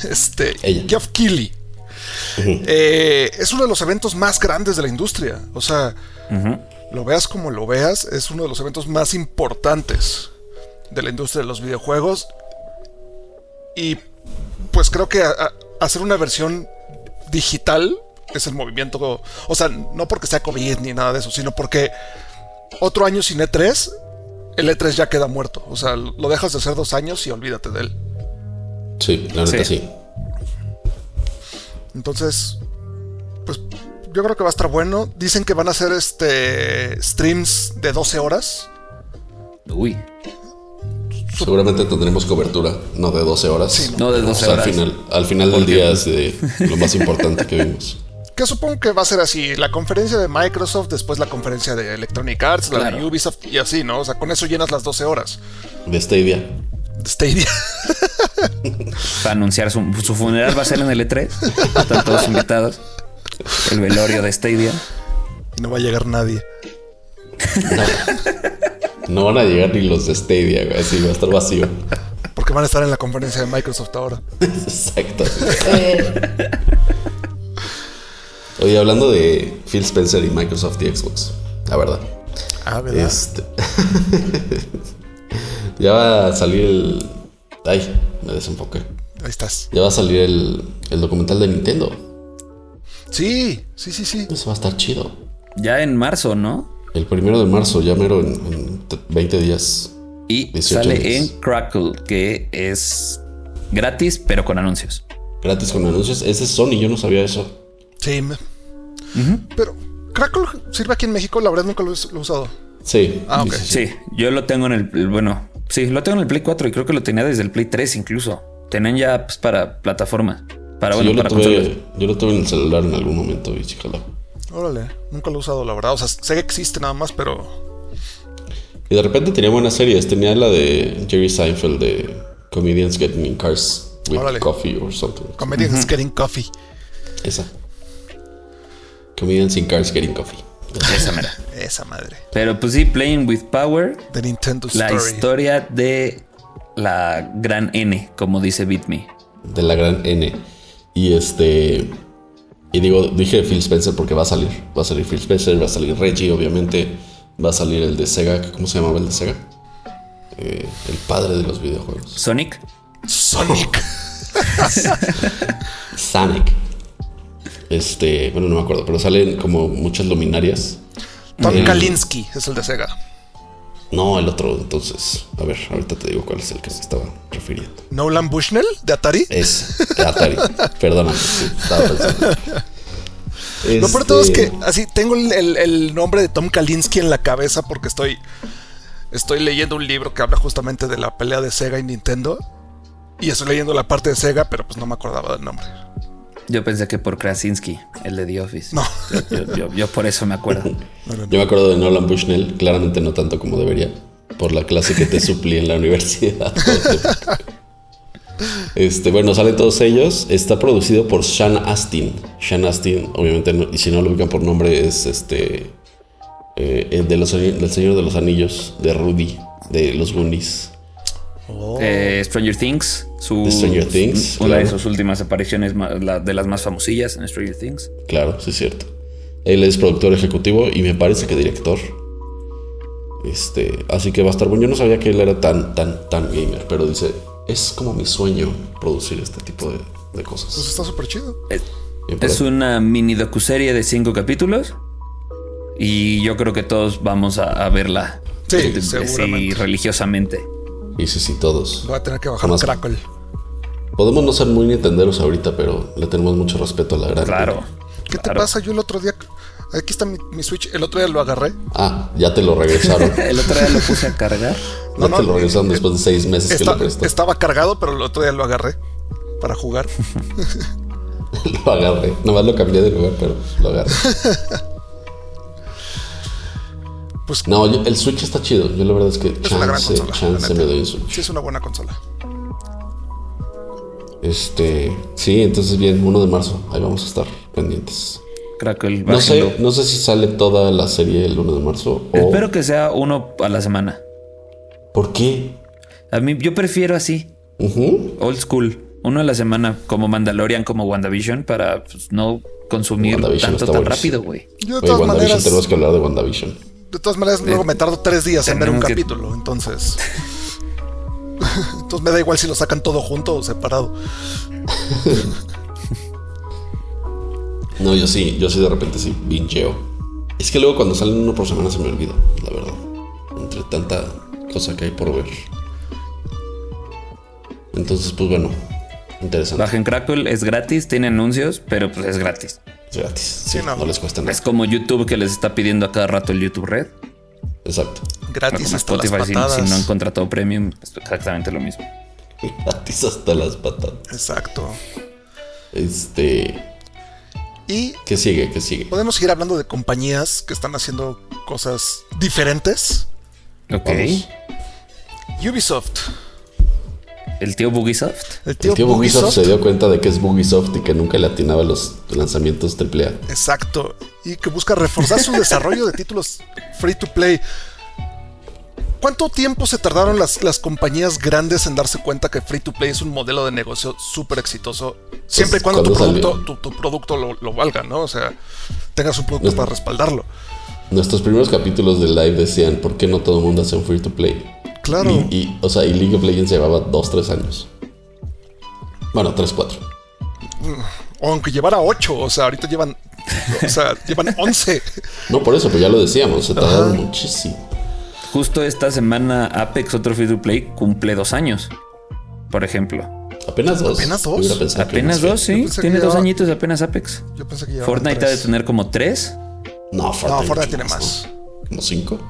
Speaker 1: Este,
Speaker 2: Ella.
Speaker 1: Geoff Keighley. Eh, es uno de los eventos más grandes de la industria. O sea, lo veas como lo veas, es uno de los eventos más importantes de la industria de los videojuegos. Y pues creo que a- a- hacer una versión digital es el movimiento. O sea, no porque sea COVID ni nada de eso, sino porque otro año sin E3, el E3 ya queda muerto. O sea, lo dejas de hacer dos años y olvídate de él.
Speaker 2: Sí, la neta
Speaker 3: Sí.
Speaker 2: sí.
Speaker 1: Entonces, pues yo creo que va a estar bueno. Dicen que van a hacer este streams de 12 horas.
Speaker 3: Uy.
Speaker 2: Seguramente tendremos cobertura, no de 12 horas.
Speaker 3: No de 12
Speaker 2: O sea,
Speaker 3: horas.
Speaker 2: Al final, al final del día es de lo más importante que vimos.
Speaker 1: Que supongo que va a ser así, la conferencia de Microsoft, después la conferencia de Electronic Arts, la de
Speaker 3: Claro.
Speaker 1: Ubisoft y así, ¿no? O sea, con eso llenas las 12 horas.
Speaker 2: De Stadia.
Speaker 1: Stadia.
Speaker 3: Para anunciar su, su funeral va a ser en el E3. Están todos invitados. El velorio de Stadia.
Speaker 1: Y no va a llegar nadie.
Speaker 2: No van a llegar ni los de Stadia, güey, así va a estar vacío.
Speaker 1: Porque van a estar en la conferencia de Microsoft ahora.
Speaker 2: Exacto. Oye, hablando de Phil Spencer y Microsoft y Xbox, la verdad.
Speaker 1: Ah, ¿verdad?
Speaker 2: Este... ya va a salir el. Ay, me desenfoqué.
Speaker 1: Ahí estás.
Speaker 2: Ya va a salir el, el documental de Nintendo.
Speaker 1: Sí, sí, sí, sí.
Speaker 2: Eso va a estar chido.
Speaker 3: Ya en marzo, ¿no?
Speaker 2: El primero de marzo, ya mero en, en t- 20 días.
Speaker 3: Y
Speaker 2: 18
Speaker 3: sale
Speaker 2: días.
Speaker 3: en Crackle, que es gratis, pero con anuncios.
Speaker 2: Gratis con anuncios. Ese es Sony, yo no sabía eso.
Speaker 1: Sí. me- Pero, ¿Crackle sirve aquí en México? La verdad nunca lo he lo he usado.
Speaker 2: Sí.
Speaker 1: Ah, ok.
Speaker 3: Sí, yo lo tengo en el, el- Bueno, sí, lo tengo en el Play 4 y creo que lo tenía desde el Play 3 incluso. Tenían ya apps para plataformas. Para,
Speaker 2: Sí,
Speaker 3: bueno,
Speaker 2: yo, lo
Speaker 3: para consolas.
Speaker 2: tuve, yo lo tuve en el celular en algún momento y sí, jalaba.
Speaker 1: Órale, nunca lo he usado, la verdad. O sea, sé que existe nada más, pero.
Speaker 2: Y de repente tenía buenas series. Tenía la de Jerry Seinfeld de Comedians Getting in Cars with
Speaker 1: Órale.
Speaker 2: Coffee or something.
Speaker 1: Comedians Getting Coffee.
Speaker 2: Esa. Comedians in Cars Getting Coffee.
Speaker 3: Esa mera.
Speaker 1: Esa madre.
Speaker 3: Pero pues sí, Playing with Power,
Speaker 1: De Nintendo
Speaker 3: la
Speaker 1: Story.
Speaker 3: historia de la gran N, como dice Beat Me.
Speaker 2: De la gran N. Y este. Y digo, dije Phil Spencer porque va a salir. Va a salir Phil Spencer, va a salir Reggie, obviamente. Va a salir el de Sega. ¿Cómo se llamaba el de Sega? Eh, el padre de los videojuegos.
Speaker 3: Sonic.
Speaker 1: Sonic.
Speaker 3: Oh.
Speaker 2: Sonic. Este, bueno, no me acuerdo, pero salen como muchas luminarias.
Speaker 1: Tom
Speaker 3: Mm.
Speaker 2: El-
Speaker 1: Kalinski es el de Sega.
Speaker 2: No, el otro, entonces. A ver, ahorita te digo cuál es el que se estaba refiriendo.
Speaker 1: Nolan Bushnell de Atari.
Speaker 2: Es Atari. Perdóname, sí, estaba pensando.
Speaker 1: Lo peor de todo es
Speaker 2: Este,
Speaker 1: que así tengo el, el- el nombre de Tom Kalinski en la cabeza porque estoy, estoy leyendo un libro que habla justamente de la pelea de Sega y Nintendo. Y estoy leyendo la parte de Sega, pero pues no me acordaba del nombre.
Speaker 3: Yo pensé que por Krasinski, el de The Office.
Speaker 1: No.
Speaker 3: Yo, yo- yo por eso me acuerdo.
Speaker 2: Yo me acuerdo de Nolan Bushnell, claramente no tanto como debería, por la clase que te suplí en la universidad. Este, bueno, salen todos ellos. Está producido por Sean Astin. Sean Astin, obviamente, no- y si no lo ubican por nombre, es este. eh, el de los, ani- del Señor de los Anillos, de Rudy, de los Goonies. Oh.
Speaker 3: Eh, Stranger Things. Su,
Speaker 2: The Stranger Things,
Speaker 3: Una de
Speaker 2: claro.
Speaker 3: sus últimas apariciones, ma- la- de las más famosillas en Stranger Things.
Speaker 2: Claro, sí es cierto. Él es productor ejecutivo y me parece que director. Este, así que va a estar bueno. Yo no sabía que él era tan, tan, tan gamer, pero dice, es como mi sueño producir este tipo de, de
Speaker 1: Pues
Speaker 2: cosas.
Speaker 1: está súper chido.
Speaker 2: Bien por
Speaker 3: Es
Speaker 2: él.
Speaker 3: una mini docuserie de cinco capítulos. Y yo creo que todos vamos a, a verla.
Speaker 1: Sí,
Speaker 3: Este,
Speaker 1: seguramente.
Speaker 3: así, religiosamente.
Speaker 2: Y sí, sí, todos.
Speaker 1: Voy a tener que bajar
Speaker 2: Jamás.
Speaker 1: Crackle.
Speaker 2: Podemos no ser muy nintenderos ahorita, pero le tenemos mucho respeto a la gran.
Speaker 3: Claro.
Speaker 1: ¿Qué te
Speaker 3: claro.
Speaker 1: pasa? Yo el otro día. Aquí está mi, mi Switch. El otro día lo agarré.
Speaker 2: Ah, ya te lo regresaron.
Speaker 3: El otro día lo puse a cargar.
Speaker 2: no,
Speaker 1: No,
Speaker 2: te
Speaker 1: no,
Speaker 2: lo regresaron después de seis meses que
Speaker 1: Está-
Speaker 2: lo prestó.
Speaker 1: estaba cargado, pero el otro día lo agarré para jugar.
Speaker 2: Lo agarré. Nomás lo cambié de lugar, pero lo agarré.
Speaker 1: Pues-
Speaker 2: no, yo- el Switch está chido. Yo la verdad es que
Speaker 1: Es una gran
Speaker 2: chance,
Speaker 1: consola. la neta.
Speaker 2: chance me doy un Switch.
Speaker 1: Sí, es una buena consola.
Speaker 2: Este, sí, entonces bien, 1 de marzo. Ahí vamos a estar pendientes.
Speaker 3: Crackle.
Speaker 2: No
Speaker 3: bájenlo.
Speaker 2: sé, Oh. no sé si sale toda la serie el 1 de marzo o
Speaker 3: Espero que sea uno a la semana.
Speaker 2: ¿Por qué?
Speaker 3: A mí, yo prefiero así.
Speaker 2: Ujú.
Speaker 3: Old school. Uno a la semana, como Mandalorian, como WandaVision, para pues, no consumir
Speaker 2: WandaVision
Speaker 3: tanto
Speaker 2: está
Speaker 3: tan
Speaker 2: buenísimo.
Speaker 3: rápido, güey.
Speaker 1: Yo de
Speaker 2: Oye,
Speaker 1: todas
Speaker 2: WandaVision,
Speaker 1: maneras.
Speaker 2: tenemos que hablar de WandaVision.
Speaker 1: De todas maneras, luego me tardo tres días en ver un
Speaker 3: Eh, tenemos que-
Speaker 1: capítulo, entonces. entonces me da igual si lo sacan todo junto o separado.
Speaker 2: No, yo sí, yo sí de repente sí bingeo. Es que luego cuando salen uno por semana se me olvida, la verdad. Entre tanta cosa que hay por ver. Entonces, pues bueno, interesante.
Speaker 3: Bajen Crackle, es gratis, tiene anuncios, pero pues es gratis.
Speaker 2: Es gratis. Sí,
Speaker 1: Sí, no.
Speaker 2: no. les cuesta nada.
Speaker 3: Es como YouTube que les está pidiendo a cada rato el YouTube Red.
Speaker 2: Exacto.
Speaker 1: Gratis
Speaker 3: Como
Speaker 1: hasta las
Speaker 3: Spotify, si,
Speaker 1: patadas.
Speaker 3: si no han contratado premium, es exactamente lo mismo.
Speaker 2: Gratis hasta las patas.
Speaker 1: Exacto.
Speaker 2: Este,
Speaker 1: Y
Speaker 2: ¿qué sigue? ¿Qué sigue?
Speaker 1: podemos seguir hablando de compañías que están haciendo cosas diferentes.
Speaker 3: Ok.
Speaker 2: Vamos.
Speaker 1: Ubisoft.
Speaker 3: El tío Bugisoft.
Speaker 1: El tío,
Speaker 2: El tío Bugisoft
Speaker 1: Ubisoft.
Speaker 2: se dio cuenta de que es Bugisoft y que nunca le atinaba los lanzamientos AAA.
Speaker 1: Exacto. Y que busca reforzar su desarrollo de títulos free to play. ¿Cuánto tiempo se tardaron las, las compañías grandes en darse cuenta que free to play es un modelo de negocio súper exitoso? Siempre y cuando tu
Speaker 2: ¿cuándo Pues, salió?
Speaker 1: producto, tu, tu producto lo, lo valga, ¿no? O sea, tengas un producto
Speaker 2: Ujú.
Speaker 1: para respaldarlo.
Speaker 2: Nuestros primeros capítulos de live decían, ¿por qué no todo el mundo hace un free to play?
Speaker 1: Claro.
Speaker 2: Y, y, o sea, y League of Legends llevaba 2, 3 años. Bueno, 3, 4.
Speaker 1: O aunque llevara 8, o sea, ahorita llevan. O sea, llevan 11.
Speaker 2: No, por eso, pues ya lo decíamos, se tardaron muchísimo.
Speaker 3: Justo esta semana, Apex, otro free to play, cumple dos años. Por ejemplo.
Speaker 2: Apenas dos.
Speaker 1: Apenas dos.
Speaker 2: Hubiera pensado que
Speaker 3: Apenas
Speaker 2: más
Speaker 3: dos,
Speaker 2: bien.
Speaker 3: sí.
Speaker 1: pensé que
Speaker 3: Tiene dos
Speaker 1: llevaba-
Speaker 3: añitos apenas Apex.
Speaker 1: Yo pensé que llevaban
Speaker 3: Fortnite ha de
Speaker 1: tres.
Speaker 3: tener como tres.
Speaker 2: No, Fortnite,
Speaker 1: No, Fortnite tiene
Speaker 2: mucho
Speaker 1: más.
Speaker 2: ¿no? Como 5.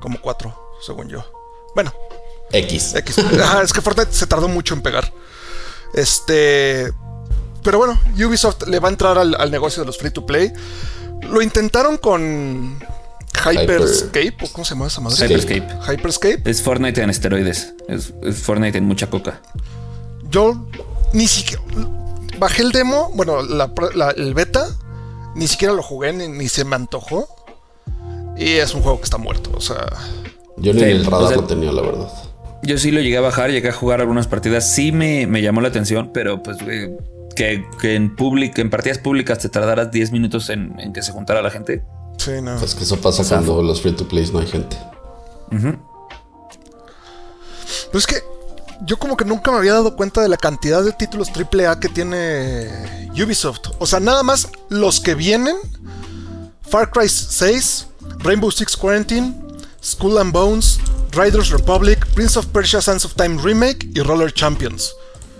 Speaker 1: Como 4, según yo. Bueno,
Speaker 2: X.
Speaker 1: X. Ajá, es que Fortnite se tardó mucho en pegar. Este. Pero bueno, Ubisoft le va a entrar al, al negocio de los free to play. Lo intentaron con Hyperscape, ¿o ¿cómo se llama esa madre?
Speaker 3: Hyperscape.
Speaker 1: Hyperscape.
Speaker 3: Es Fortnite en esteroides. Es, es Fortnite en mucha coca.
Speaker 1: Yo ni siquiera. Bajé el demo, bueno, la pr- la- el beta, ni siquiera lo jugué, ni, ni se me antojó. Y es un juego que está muerto, o sea.
Speaker 2: Yo ni
Speaker 3: Sí,
Speaker 2: en el radar
Speaker 3: o sea-
Speaker 2: lo tenía, la verdad.
Speaker 3: Yo sí lo llegué a bajar, llegué a jugar algunas partidas. Sí me, me llamó la atención, pero pues güey, que, que en, public, en partidas públicas te tardaras 10 minutos en, en que se juntara la gente.
Speaker 1: Sí, no.
Speaker 2: Es que eso pasa cuando los free to plays no hay gente.
Speaker 1: Pero Pues es que yo como que nunca me había dado cuenta de la cantidad de títulos AAA que tiene Ubisoft. O sea, nada más los que vienen. Far Cry 6, Rainbow Six Quarantine, Skull and Bones, Riders Republic, Prince of Persia Sands of Time Remake y Roller Champions.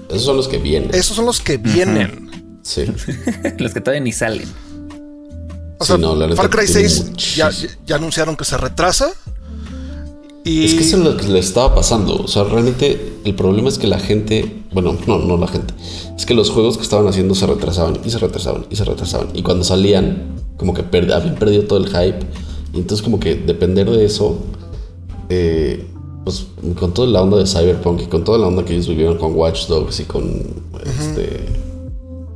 Speaker 2: Esos son los que vienen.
Speaker 1: Esos son los que vienen.
Speaker 2: Sí.
Speaker 3: Los que todavía ni salen.
Speaker 1: O sea,
Speaker 2: Sí, no, la neta
Speaker 1: Far Cry
Speaker 2: tiene
Speaker 1: 6 ya,
Speaker 2: muchísimo.
Speaker 1: ya anunciaron que se retrasa. Y
Speaker 2: Es que eso es lo que le estaba pasando. O sea, realmente el problema es que la gente, bueno, no, no la gente, es que los juegos que estaban haciendo se retrasaban y se retrasaban y se retrasaban. Y cuando salían, como que perd- habían perdido todo el hype. Y entonces, como que depender de eso, eh, pues con toda la onda de Cyberpunk y con toda la onda que ellos vivieron con Watch Dogs y con este.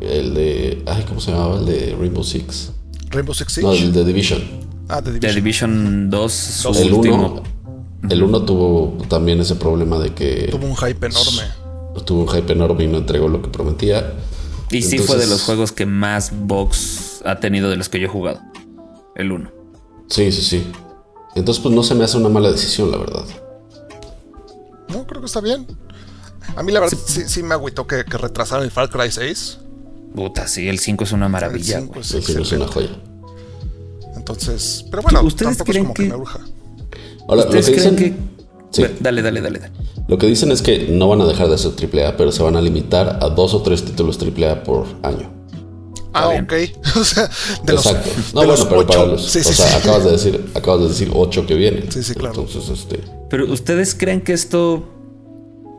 Speaker 2: El de. Ay, ¿cómo se llamaba? El de Rainbow Six.
Speaker 1: Rainbow Six Siege.
Speaker 2: No, el de Division.
Speaker 1: ah, The
Speaker 3: The
Speaker 1: Division.
Speaker 3: Division 2, su
Speaker 2: El
Speaker 3: último.
Speaker 2: 1 el uno tuvo también ese problema de que
Speaker 1: Tuvo un hype enorme.
Speaker 2: Pues, tuvo un hype enorme y no entregó lo que prometía.
Speaker 3: Y sí fue de
Speaker 2: Entonces-
Speaker 3: los juegos que más box ha tenido de los que yo he jugado. El 1.
Speaker 2: Sí, sí, sí. Entonces, pues no se me hace una mala decisión, la verdad.
Speaker 1: No, creo que está bien. A mí la verdad sí, sí me agüitó que, que retrasaron el Far Cry 6.
Speaker 3: Puta, sí, el 5 es una
Speaker 1: El
Speaker 3: maravilla.
Speaker 1: 5
Speaker 3: güey.
Speaker 1: es
Speaker 2: El juego es una
Speaker 1: excelente.
Speaker 2: joya.
Speaker 1: Entonces, pero bueno,
Speaker 3: ¿Ustedes
Speaker 1: tampoco es
Speaker 3: creen
Speaker 1: como que...
Speaker 3: que-
Speaker 1: me urja.
Speaker 2: Ahora, lo que,
Speaker 3: ¿Ustedes creen
Speaker 2: dicen,
Speaker 3: que.?
Speaker 2: Sí.
Speaker 3: Ve- Dale, dale, dale, dale.
Speaker 2: lo que dicen es que no van a dejar de hacer AAA, pero se van a limitar a dos o tres títulos AAA por año.
Speaker 1: Ah,
Speaker 3: bien.
Speaker 1: ok. O sea, de los,
Speaker 2: Exacto. No,
Speaker 1: de
Speaker 2: bueno,
Speaker 1: los
Speaker 2: pero para
Speaker 1: ocho.
Speaker 2: los.
Speaker 1: Sí,
Speaker 2: o
Speaker 1: sí,
Speaker 2: sea,
Speaker 1: sí.
Speaker 2: acabas de decir, acabas de decir ocho que vienen.
Speaker 1: Sí, sí, claro.
Speaker 2: Entonces, este.
Speaker 3: Pero ustedes creen que esto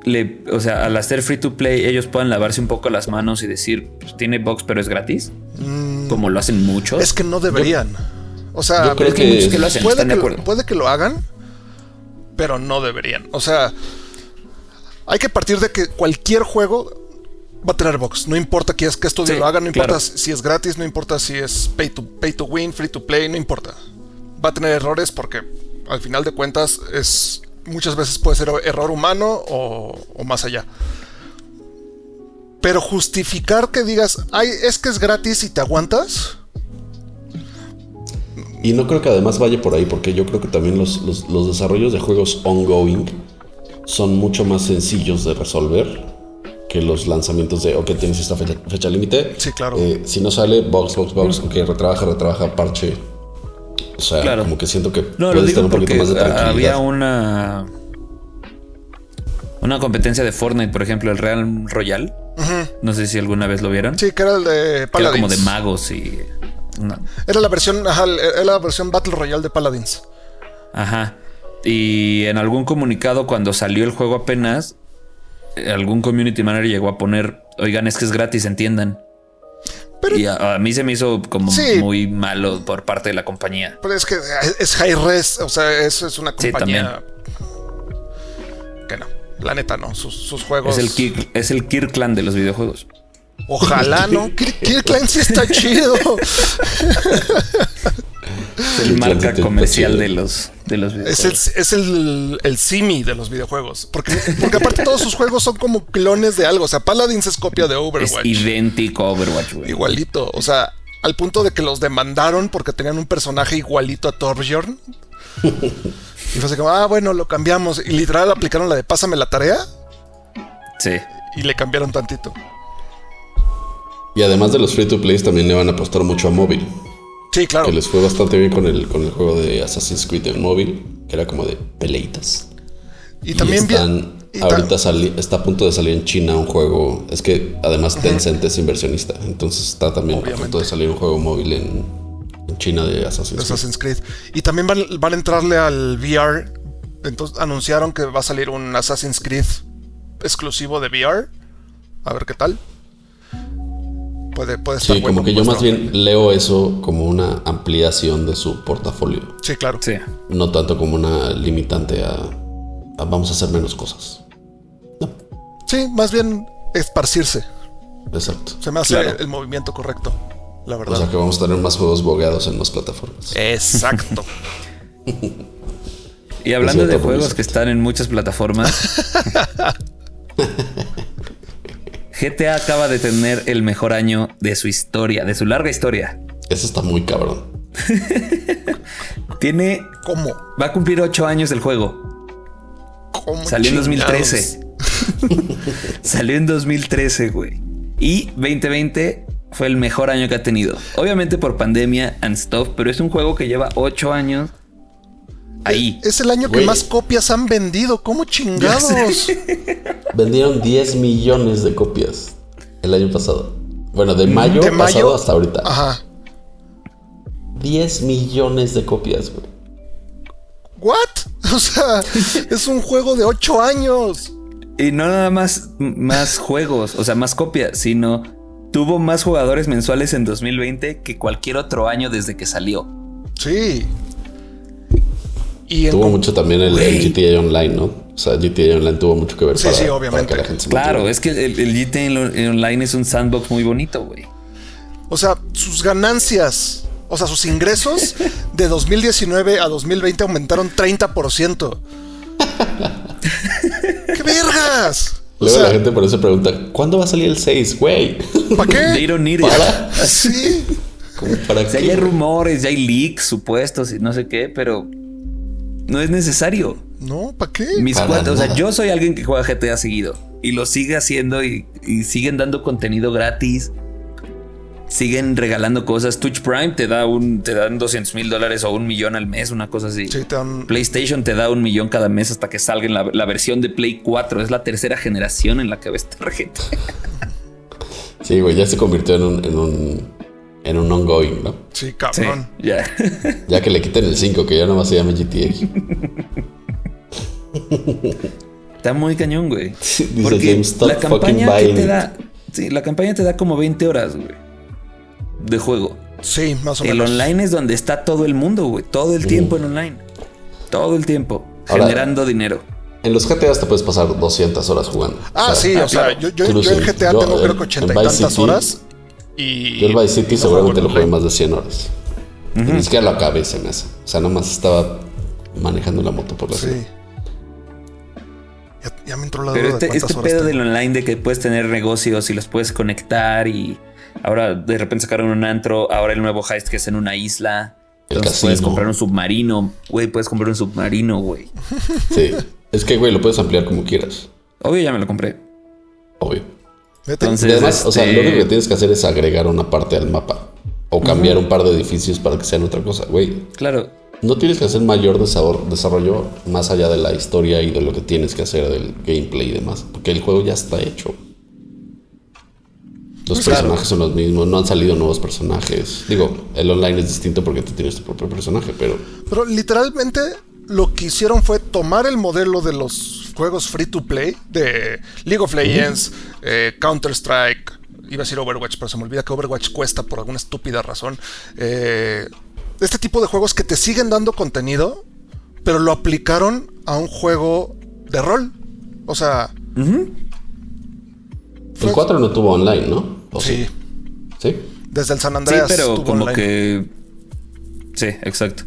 Speaker 3: le, o sea, al hacer free to play ellos puedan lavarse un poco las manos y decir, pues, tiene box pero es gratis, como lo hacen muchos.
Speaker 1: Mm. Es que no deberían. o sea,
Speaker 2: yo creo
Speaker 3: Pero es que hay muchos que lo hacen,
Speaker 1: puede,
Speaker 3: están
Speaker 1: que,
Speaker 3: de
Speaker 1: lo-
Speaker 3: acuerdo.
Speaker 1: puede que lo hagan, pero no deberían. O sea, hay que partir de que cualquier juego va a tener box. No importa que es que estudio
Speaker 3: Sí,
Speaker 1: lo haga, no importa
Speaker 3: claro.
Speaker 1: si es gratis, no importa si es pay to, pay to win, free to play, no importa. Va a tener errores porque al final de cuentas es muchas veces puede ser error humano o, o más allá. Pero justificar que digas, ay, es que es gratis y te aguantas.
Speaker 2: Y no creo que además vaya por ahí, porque yo creo que también los, los- los desarrollos de juegos ongoing son mucho más sencillos de resolver que los lanzamientos de, ok, tienes esta fecha, fecha límite.
Speaker 1: Sí, claro.
Speaker 2: Eh, si no sale, box, box, box, ok, retrabaja, retrabaja, parche. O sea,
Speaker 3: Claro.
Speaker 2: como que siento que
Speaker 3: no, lo
Speaker 2: puedes tener
Speaker 3: digo
Speaker 2: un poquito
Speaker 3: porque
Speaker 2: más de tranquilidad.
Speaker 3: había una una competencia de Fortnite, por ejemplo, el Real Royal. No sé si alguna vez lo vieron.
Speaker 1: Sí, que era el de
Speaker 3: Que era como
Speaker 1: Paladins.
Speaker 3: de magos y no.
Speaker 1: Era la versión, ajá, era la versión Battle Royale de Paladins.
Speaker 3: Ajá. Y en algún comunicado cuando salió el juego apenas, eh, algún community manager llegó a poner, oigan, es que es gratis, entiendan.
Speaker 1: Pero-
Speaker 3: y a, a mí se me hizo como
Speaker 1: Sí.
Speaker 3: muy malo por parte de la compañía.
Speaker 1: Pero es que es high res, o sea, eso es una
Speaker 3: Sí,
Speaker 1: compañía que no, la neta no, sus, sus
Speaker 3: Es
Speaker 1: juegos.
Speaker 3: el, Kirk, es el Kirkland de los videojuegos.
Speaker 1: Ojalá no, Kirk- Kirkland sí está chido.
Speaker 3: Es el
Speaker 2: Kirkland
Speaker 3: marca
Speaker 2: está
Speaker 3: comercial
Speaker 2: chido.
Speaker 3: de los, de los videojuegos.
Speaker 1: Es el, es el, el Simi de los videojuegos, porque, porque aparte todos sus juegos son como clones de algo, o sea, Paladins es copia de
Speaker 3: Es
Speaker 1: Overwatch.
Speaker 3: idéntico a Overwatch, güey.
Speaker 1: Igualito, o sea, al punto de que los demandaron porque tenían un personaje igualito a Torbjorn. y fue así como, ah, bueno, lo cambiamos. Y literal aplicaron la de pásame la tarea
Speaker 3: Sí.
Speaker 1: y le cambiaron tantito.
Speaker 2: Y además de los free to plays, también le van a apostar mucho a móvil.
Speaker 1: Sí, claro.
Speaker 2: Que les fue bastante bien con el, con el juego de Assassin's Creed en móvil, que era como de peleitas.
Speaker 1: Y también vi-
Speaker 2: están-
Speaker 1: y ta-
Speaker 2: ahorita sali- está a punto de salir en China un juego. Es que además Tencent es inversionista, entonces está también a punto de salir un juego móvil en, en China de Assassin's Creed.
Speaker 1: Assassin's Creed. Y también van, van a entrarle al VR. Entonces anunciaron que va a salir un Assassin's Creed exclusivo de VR. A ver qué tal. Puede, puede estar
Speaker 2: Sí,
Speaker 1: bueno,
Speaker 2: como que yo
Speaker 1: puede
Speaker 2: más
Speaker 1: estar bueno.
Speaker 2: bien leo eso como una ampliación de su portafolio,
Speaker 1: Sí, claro.
Speaker 3: Sí.
Speaker 2: no tanto como una limitante a, a vamos a hacer menos cosas.
Speaker 1: Sí, más bien esparcirse.
Speaker 2: Exacto.
Speaker 1: Se me hace
Speaker 3: Claro.
Speaker 1: el movimiento correcto, la
Speaker 2: O
Speaker 1: verdad.
Speaker 2: sea que vamos a tener más juegos bogueados en más plataformas.
Speaker 1: Exacto.
Speaker 3: Y hablando de
Speaker 2: cierto,
Speaker 3: juegos
Speaker 2: Ubisoft.
Speaker 3: que están en muchas plataformas. GTA acaba de tener el mejor año de su historia, de su larga historia.
Speaker 2: Eso está muy cabrón.
Speaker 3: Tiene.
Speaker 1: ¿Cómo?
Speaker 3: Va a cumplir ocho años del juego.
Speaker 1: ¿Cómo
Speaker 3: Salió en
Speaker 1: chingados?
Speaker 3: 2013. Salió en 2013, güey. Y 2020 fue el mejor año que ha tenido. Obviamente por pandemia and stuff, pero es un juego que lleva ocho años ahí.
Speaker 1: Es el año que
Speaker 2: Güey.
Speaker 1: más copias han vendido. ¿Cómo chingados?
Speaker 2: Vendieron 10 millones de copias el año pasado. Bueno, de mayo,
Speaker 1: De mayo Ah.
Speaker 2: pasado hasta ahorita.
Speaker 1: Ajá.
Speaker 2: 10 millones de copias, güey.
Speaker 1: ¿What? O sea, es un juego de 8 años.
Speaker 3: Y no nada más más juegos, o sea, más copias, sino tuvo más jugadores mensuales en 2020 que cualquier otro año desde que salió.
Speaker 1: Sí.
Speaker 2: Y tuvo en... mucho también el, el, GTA Online, ¿no? O sea, GTA Online tuvo mucho que ver
Speaker 1: sí, para, sí, obviamente. Para
Speaker 3: que la claro, es que el, el GTA Online es un sandbox muy bonito, güey.
Speaker 1: O sea, sus ganancias, o sea, sus ingresos de 2019 a 2020 aumentaron 30%. ¡Qué vergas!
Speaker 2: Luego o sea, la gente por eso pregunta, ¿cuándo va a salir el 6, güey?
Speaker 1: ¿Para qué?
Speaker 3: They don't need
Speaker 1: ¿Para? Sí.
Speaker 3: Como para o sea, ya hay rumores, ya hay leaks supuestos y no sé qué, pero no es necesario.
Speaker 1: No, ¿para qué?
Speaker 3: Mis
Speaker 1: para
Speaker 3: cuatro, o sea, yo soy alguien que juega GTA seguido y lo sigue haciendo y, y siguen dando contenido gratis. Siguen regalando cosas. Twitch Prime te da un, te dan 200 mil dólares o un millón al mes, una cosa así.
Speaker 1: Sí, te dan...
Speaker 3: PlayStation te da un millón cada mes hasta que salga en la, la, versión de Play 4. Es la tercera generación en la que ves tarjeta.
Speaker 2: Sí, güey, ya se convirtió en un, en un en un ongoing, ¿no?
Speaker 1: Sí, cabrón.
Speaker 3: Sí, ya.
Speaker 2: ya que le quiten el 5, que ya nomás se llama GTA.
Speaker 3: Está muy cañón, güey.
Speaker 2: Sí, Porque GameStop
Speaker 3: la campaña que te da, sí, la campaña te da como 20 horas, güey, de juego.
Speaker 1: Sí, más o
Speaker 3: el
Speaker 1: menos.
Speaker 3: El online es donde está todo el mundo, güey, todo el mm. tiempo en online. Todo el tiempo Ahora, generando dinero.
Speaker 2: En los GTA te puedes pasar 200 horas jugando.
Speaker 1: Ah, o sea, sí, o sea, claro. yo, yo, yo, en GTA yo, tengo creo que 80 y tantas City, horas y
Speaker 2: yo el Vice City no seguramente lo jugué más de 100 horas. Uh -huh. Ni siquiera lo acabé ese mes. O sea, nomás estaba manejando la moto
Speaker 1: pues,
Speaker 2: por la sí. ciudad.
Speaker 1: Ya, ya, me entró la
Speaker 3: Pero
Speaker 1: duda
Speaker 3: este, este pedo tengo. del online de que puedes tener negocios y los puedes conectar y ahora de repente sacaron un antro, ahora el nuevo heist que es en una isla. Entonces puedes comprar un submarino, güey, puedes comprar un submarino, güey.
Speaker 2: Sí, es que, güey, lo puedes ampliar como quieras.
Speaker 3: Obvio, ya me lo compré.
Speaker 2: Obvio. Entonces, además, este... o sea, lo único que tienes que hacer es agregar una parte al mapa o cambiar uh -huh. un par de edificios para que sean otra cosa, güey.
Speaker 3: Claro.
Speaker 2: No tienes que hacer mayor desarrollo más allá de la historia y de lo que tienes que hacer del gameplay y demás, porque el juego ya está hecho. Los pues personajes claro. son los mismos, no han salido nuevos personajes. Digo, el online es distinto porque tú tienes tu propio personaje, pero.
Speaker 1: Pero literalmente lo que hicieron fue tomar el modelo de los juegos free to play de League of Legends, uh -huh. eh, Counter Strike, iba a decir Overwatch, pero se me olvida que Overwatch cuesta por alguna estúpida razón. Eh, este tipo de juegos que te siguen dando contenido, pero lo aplicaron a un juego de rol. O sea,
Speaker 3: uh -huh.
Speaker 2: el 4 no tuvo online, ¿no?
Speaker 1: Sí.
Speaker 2: Pues- sí.
Speaker 1: Desde el San Andreas.
Speaker 3: Sí, pero tuvo como online. que. Sí, exacto.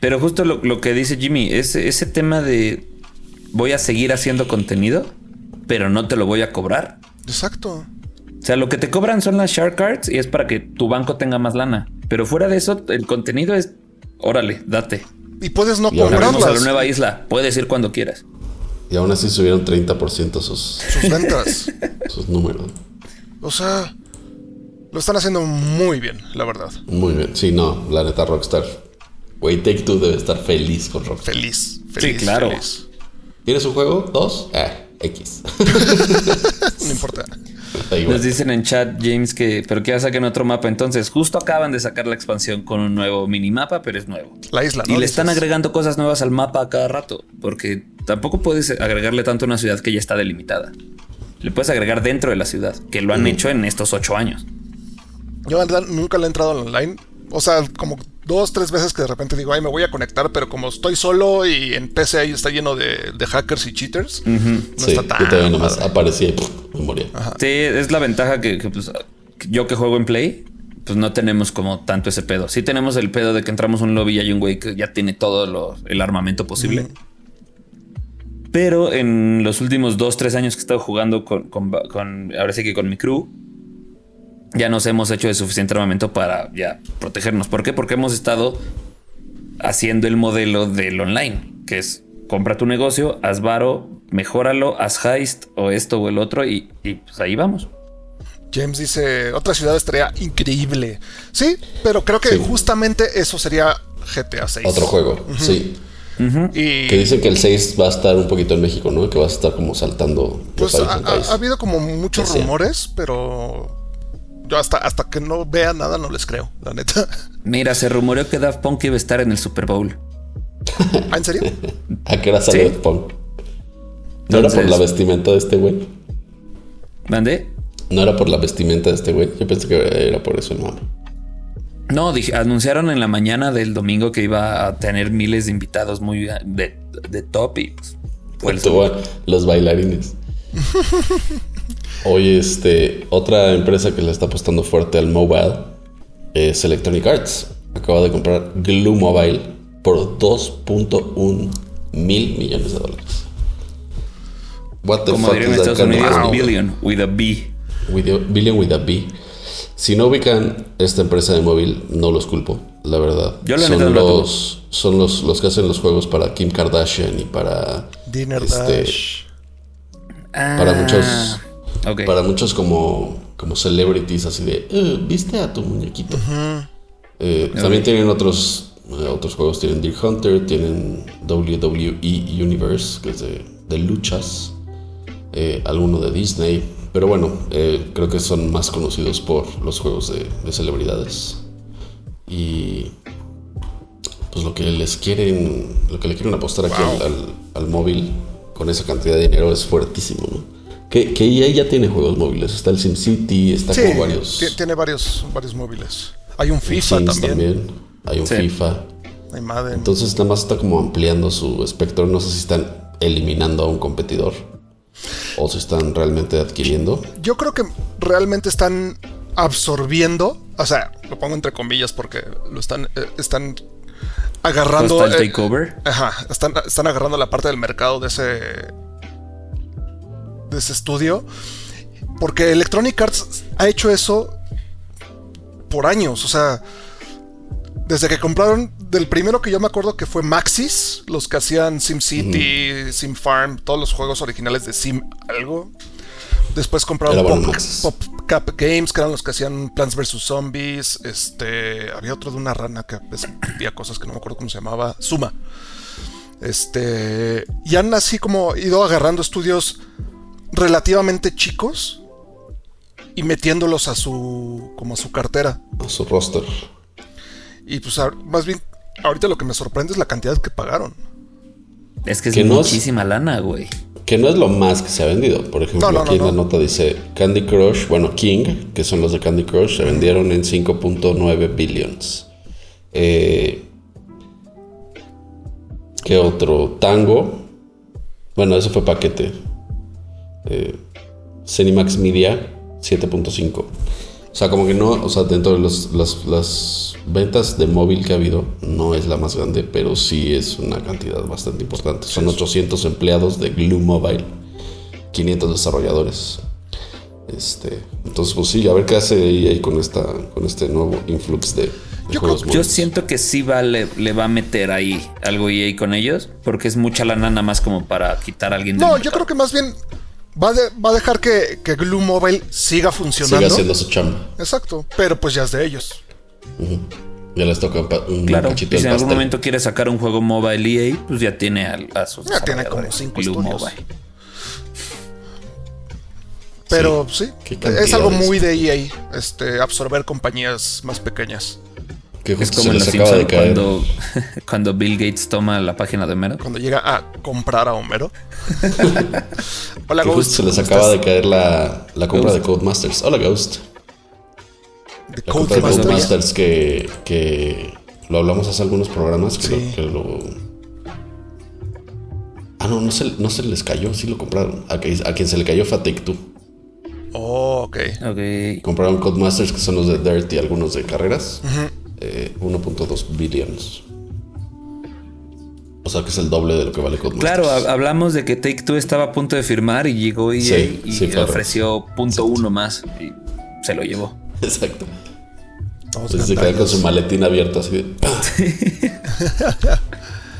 Speaker 3: Pero justo lo, lo, que dice Jimmy, ese, ese tema de voy a seguir haciendo contenido, pero no te lo voy a cobrar.
Speaker 1: Exacto.
Speaker 3: O sea, lo que te cobran son las Shark Cards y es para que tu banco tenga más lana. Pero fuera de eso, el contenido es, órale, date.
Speaker 1: Y puedes no cobrarlas.
Speaker 3: a la nueva isla, puedes ir cuando quieras.
Speaker 2: Y aún así subieron 30% sus...
Speaker 1: Sus ventas.
Speaker 2: sus números.
Speaker 1: O sea, lo están haciendo muy bien, la verdad.
Speaker 2: Muy bien, sí, no, la neta Rockstar Güey, Take Two debe estar feliz con Rockstar.
Speaker 1: Feliz, feliz.
Speaker 3: Sí, claro.
Speaker 2: ¿Quieres un juego? ¿Dos? Ah, X.
Speaker 1: no importa.
Speaker 3: Nos dicen en chat, James, que pero que ya saquen otro mapa. Entonces, justo acaban de sacar la expansión con un nuevo minimapa, pero es nuevo.
Speaker 1: La isla,
Speaker 3: ¿no? Y le están agregando cosas nuevas al mapa a cada rato, porque tampoco puedes agregarle tanto a una ciudad que ya está delimitada. Le puedes agregar dentro de la ciudad, que lo han mm. hecho en estos ocho años.
Speaker 1: Yo, la verdad, nunca le he entrado al online. O sea, como dos, tres veces que de repente digo, ay, me voy a conectar, pero como estoy solo y en PC ahí está lleno de, de hackers y cheaters, uh
Speaker 2: -huh. no sí, está tan. Ah, Yo también nomás aparecí y pff, me moría.
Speaker 3: Ajá. Sí, es la ventaja que, que pues, yo que juego en Play, pues no tenemos como tanto ese pedo. Sí tenemos el pedo de que entramos a un lobby y hay un güey que ya tiene todo lo, el armamento posible. Uh -huh. Pero en los últimos dos, tres años que he estado jugando con, con, con ahora sí que con mi crew, ya nos hemos hecho de suficiente armamento para ya protegernos. ¿Por qué? Porque hemos estado haciendo el modelo del online, que es compra tu negocio, haz varo, mejóralo, haz heist o esto o el otro y, y pues ahí vamos.
Speaker 1: James dice, otra ciudad estaría increíble. Sí, pero creo que sí. justamente eso sería GTA 6.
Speaker 2: Otro juego, uh -huh. sí.
Speaker 3: Uh -huh.
Speaker 2: y... Que dicen que el 6 va a estar un poquito en México, ¿no? Que va a estar como saltando.
Speaker 1: Pues de país ha, en país. ha habido como muchos rumores, pero Yo hasta, hasta que no vea nada no les creo, la neta.
Speaker 3: Mira, se rumoreó que Daft Punk iba a estar en el Super Bowl.
Speaker 1: ¿Ah, en serio?
Speaker 2: ¿A qué hora salió
Speaker 3: Sí.
Speaker 2: Daft Punk? ¿No era por
Speaker 3: Entonces-
Speaker 2: la vestimenta de este güey?
Speaker 3: ¿Mandé?
Speaker 2: No era por la vestimenta de este güey. Yo pensé que era por eso el mame.
Speaker 3: No, dije- anunciaron en la mañana del domingo que iba a tener miles de invitados muy eh, de, de top y pues, fue el
Speaker 2: Tuvo a los bailarines. Hoy, este, otra empresa que le está apostando fuerte al mobile es Electronic Arts. Acaba de comprar Glue Mobile por 2.1 mil millones de dólares. What the
Speaker 3: Como
Speaker 2: fuck
Speaker 3: dirían en
Speaker 2: is that
Speaker 3: Estados
Speaker 2: kind of
Speaker 3: Unidos,
Speaker 2: money?
Speaker 3: billion with a B.
Speaker 2: With a- billion with a B. Si no ubican esta empresa de móvil, no los culpo, la verdad.
Speaker 3: Yo la
Speaker 2: son
Speaker 3: neta no la culpo.
Speaker 2: los, son los, los que hacen los juegos para Kim Kardashian y para
Speaker 1: Dinner
Speaker 2: Este,
Speaker 1: Dash.
Speaker 2: para muchos
Speaker 3: Ah, ok.
Speaker 2: para muchos como como celebrities así de "Eh, viste a tu muñequito Eh, también tienen otros eh, otros juegos tienen Deer Hunter tienen WWE Universe que es de, de luchas eh, alguno de Disney pero bueno eh, creo que son más conocidos por los juegos de, de celebridades y pues lo que les quieren lo que le quieren apostar aquí al, al- al móvil con esa cantidad de dinero es fuertísimo ¿no? que, que EA ya tiene juegos móviles está el SimCity está
Speaker 1: Sí,
Speaker 2: como varios
Speaker 1: ti- tiene varios, varios móviles. Hay un FIFA
Speaker 2: Sims
Speaker 1: también.
Speaker 2: también hay un
Speaker 3: Sí.
Speaker 2: FIFA
Speaker 1: Hay Madden.
Speaker 2: entonces nada más está como ampliando su espectro no sé si están eliminando a un competidor o si están realmente adquiriendo
Speaker 1: Yo creo que realmente están absorbiendo, o sea, lo pongo entre comillas porque lo están, eh, están agarrando.
Speaker 3: Hostile
Speaker 1: eh,
Speaker 3: Takeover.
Speaker 1: ajá, están, están agarrando la parte del mercado de ese. de ese estudio. Porque Electronic Arts ha hecho eso por años. O sea. Desde que compraron. Del primero que yo me acuerdo que fue Maxis. Los que hacían SimCity, SimFarm, todos los juegos originales de Sim algo. Después compraron
Speaker 2: Era bueno,
Speaker 1: Pop,
Speaker 2: Maxis.
Speaker 1: PopCap Games, que eran los que hacían Plants vs. Zombies. Este. Había otro de una rana que hacía cosas que no me acuerdo cómo se llamaba. Suma. Este. Y han así como ido agarrando estudios relativamente chicos y metiéndolos a su. como a su cartera.
Speaker 2: a su roster
Speaker 1: Y pues a- más bien, ahorita lo que me sorprende es la cantidad que pagaron.
Speaker 3: Es que es
Speaker 2: que no es-
Speaker 3: muchísima lana, güey.
Speaker 2: Que no es lo más que se ha vendido. Por ejemplo,
Speaker 1: No, no, no,
Speaker 2: aquí en la
Speaker 1: no.
Speaker 2: nota dice Candy Crush, bueno, King, que son los de Candy Crush, se vendieron en 5.9 billions. Eh, ¿Qué otro? Tango. Bueno, eso fue paquete. Eh, Cinemax Media, 7.5. O sea, como que no, o sea, dentro de los- las, las ventas de móvil que ha habido, no es la más grande, pero sí es una cantidad bastante importante. Son 800 empleados de Glue Mobile, 500 desarrolladores. Este, entonces, pues sí, a ver qué hace EA con, esta, con este nuevo influx de, de
Speaker 1: Yo
Speaker 2: juegos
Speaker 3: Yo
Speaker 2: móviles.
Speaker 3: siento que sí va, le, le va a meter ahí algo EA con ellos, porque es mucha lana nada más como para quitar a alguien del
Speaker 1: No, yo
Speaker 3: mercado.
Speaker 1: creo que más bien va, a de- va a dejar que, que Glue Mobile siga
Speaker 2: Sigue
Speaker 1: funcionando.
Speaker 2: haciendo su chamba.
Speaker 1: Exacto, pero pues ya es de ellos.
Speaker 2: Ya les toca un pa- un
Speaker 3: Claro, y
Speaker 2: cachito
Speaker 3: si
Speaker 2: del
Speaker 3: en algún
Speaker 2: pastel.
Speaker 3: momento quiere sacar un juego mobile EA, pues ya tiene al- a, sus
Speaker 1: Ya tiene como
Speaker 3: desarrolladores,
Speaker 1: cinco
Speaker 3: Blue
Speaker 1: estudios.
Speaker 3: Mobile.
Speaker 1: Pero sí,
Speaker 2: qué
Speaker 1: es algo
Speaker 2: cantidades.
Speaker 1: muy de EA, este, absorber compañías más pequeñas.
Speaker 2: Que
Speaker 3: Es
Speaker 2: justo
Speaker 3: como
Speaker 2: se
Speaker 3: en
Speaker 2: les
Speaker 3: los
Speaker 2: acaba de
Speaker 3: Simpsons
Speaker 2: caer.
Speaker 3: cuando, cuando Bill Gates toma la página de Homero.
Speaker 1: Cuando llega a comprar a Homero. Hola,
Speaker 2: que
Speaker 1: Ghost.
Speaker 2: justo se les
Speaker 1: ¿cómo
Speaker 2: acaba de
Speaker 1: estás?
Speaker 2: caer la, la compra
Speaker 3: Ghost.
Speaker 2: de Codemasters. Hola, Ghost.
Speaker 1: de
Speaker 2: La compra de
Speaker 1: Codemasters.
Speaker 2: Codemasters que, que lo hablamos hace algunos programas. Que
Speaker 1: Sí.
Speaker 2: lo, que lo- Ah, no, no se, no se les cayó. Sí lo compraron. A, que- a quien se le cayó fue a Take-Two.
Speaker 1: Oh, ok.
Speaker 3: Ok.
Speaker 2: Compraron Codemasters, que son los de Dirt y algunos de carreras. eh, 1.2 billions. O sea que es el doble de lo que vale Codemasters.
Speaker 3: Claro, hab- hablamos de que Take Two estaba a punto de firmar y llegó EA
Speaker 2: Sí,
Speaker 3: y
Speaker 2: sí, claro.
Speaker 3: ofreció punto uno más y se lo llevó.
Speaker 2: Exacto.
Speaker 1: Estamos
Speaker 2: Entonces se queda
Speaker 1: cantando.
Speaker 2: con su maletín abierto así de.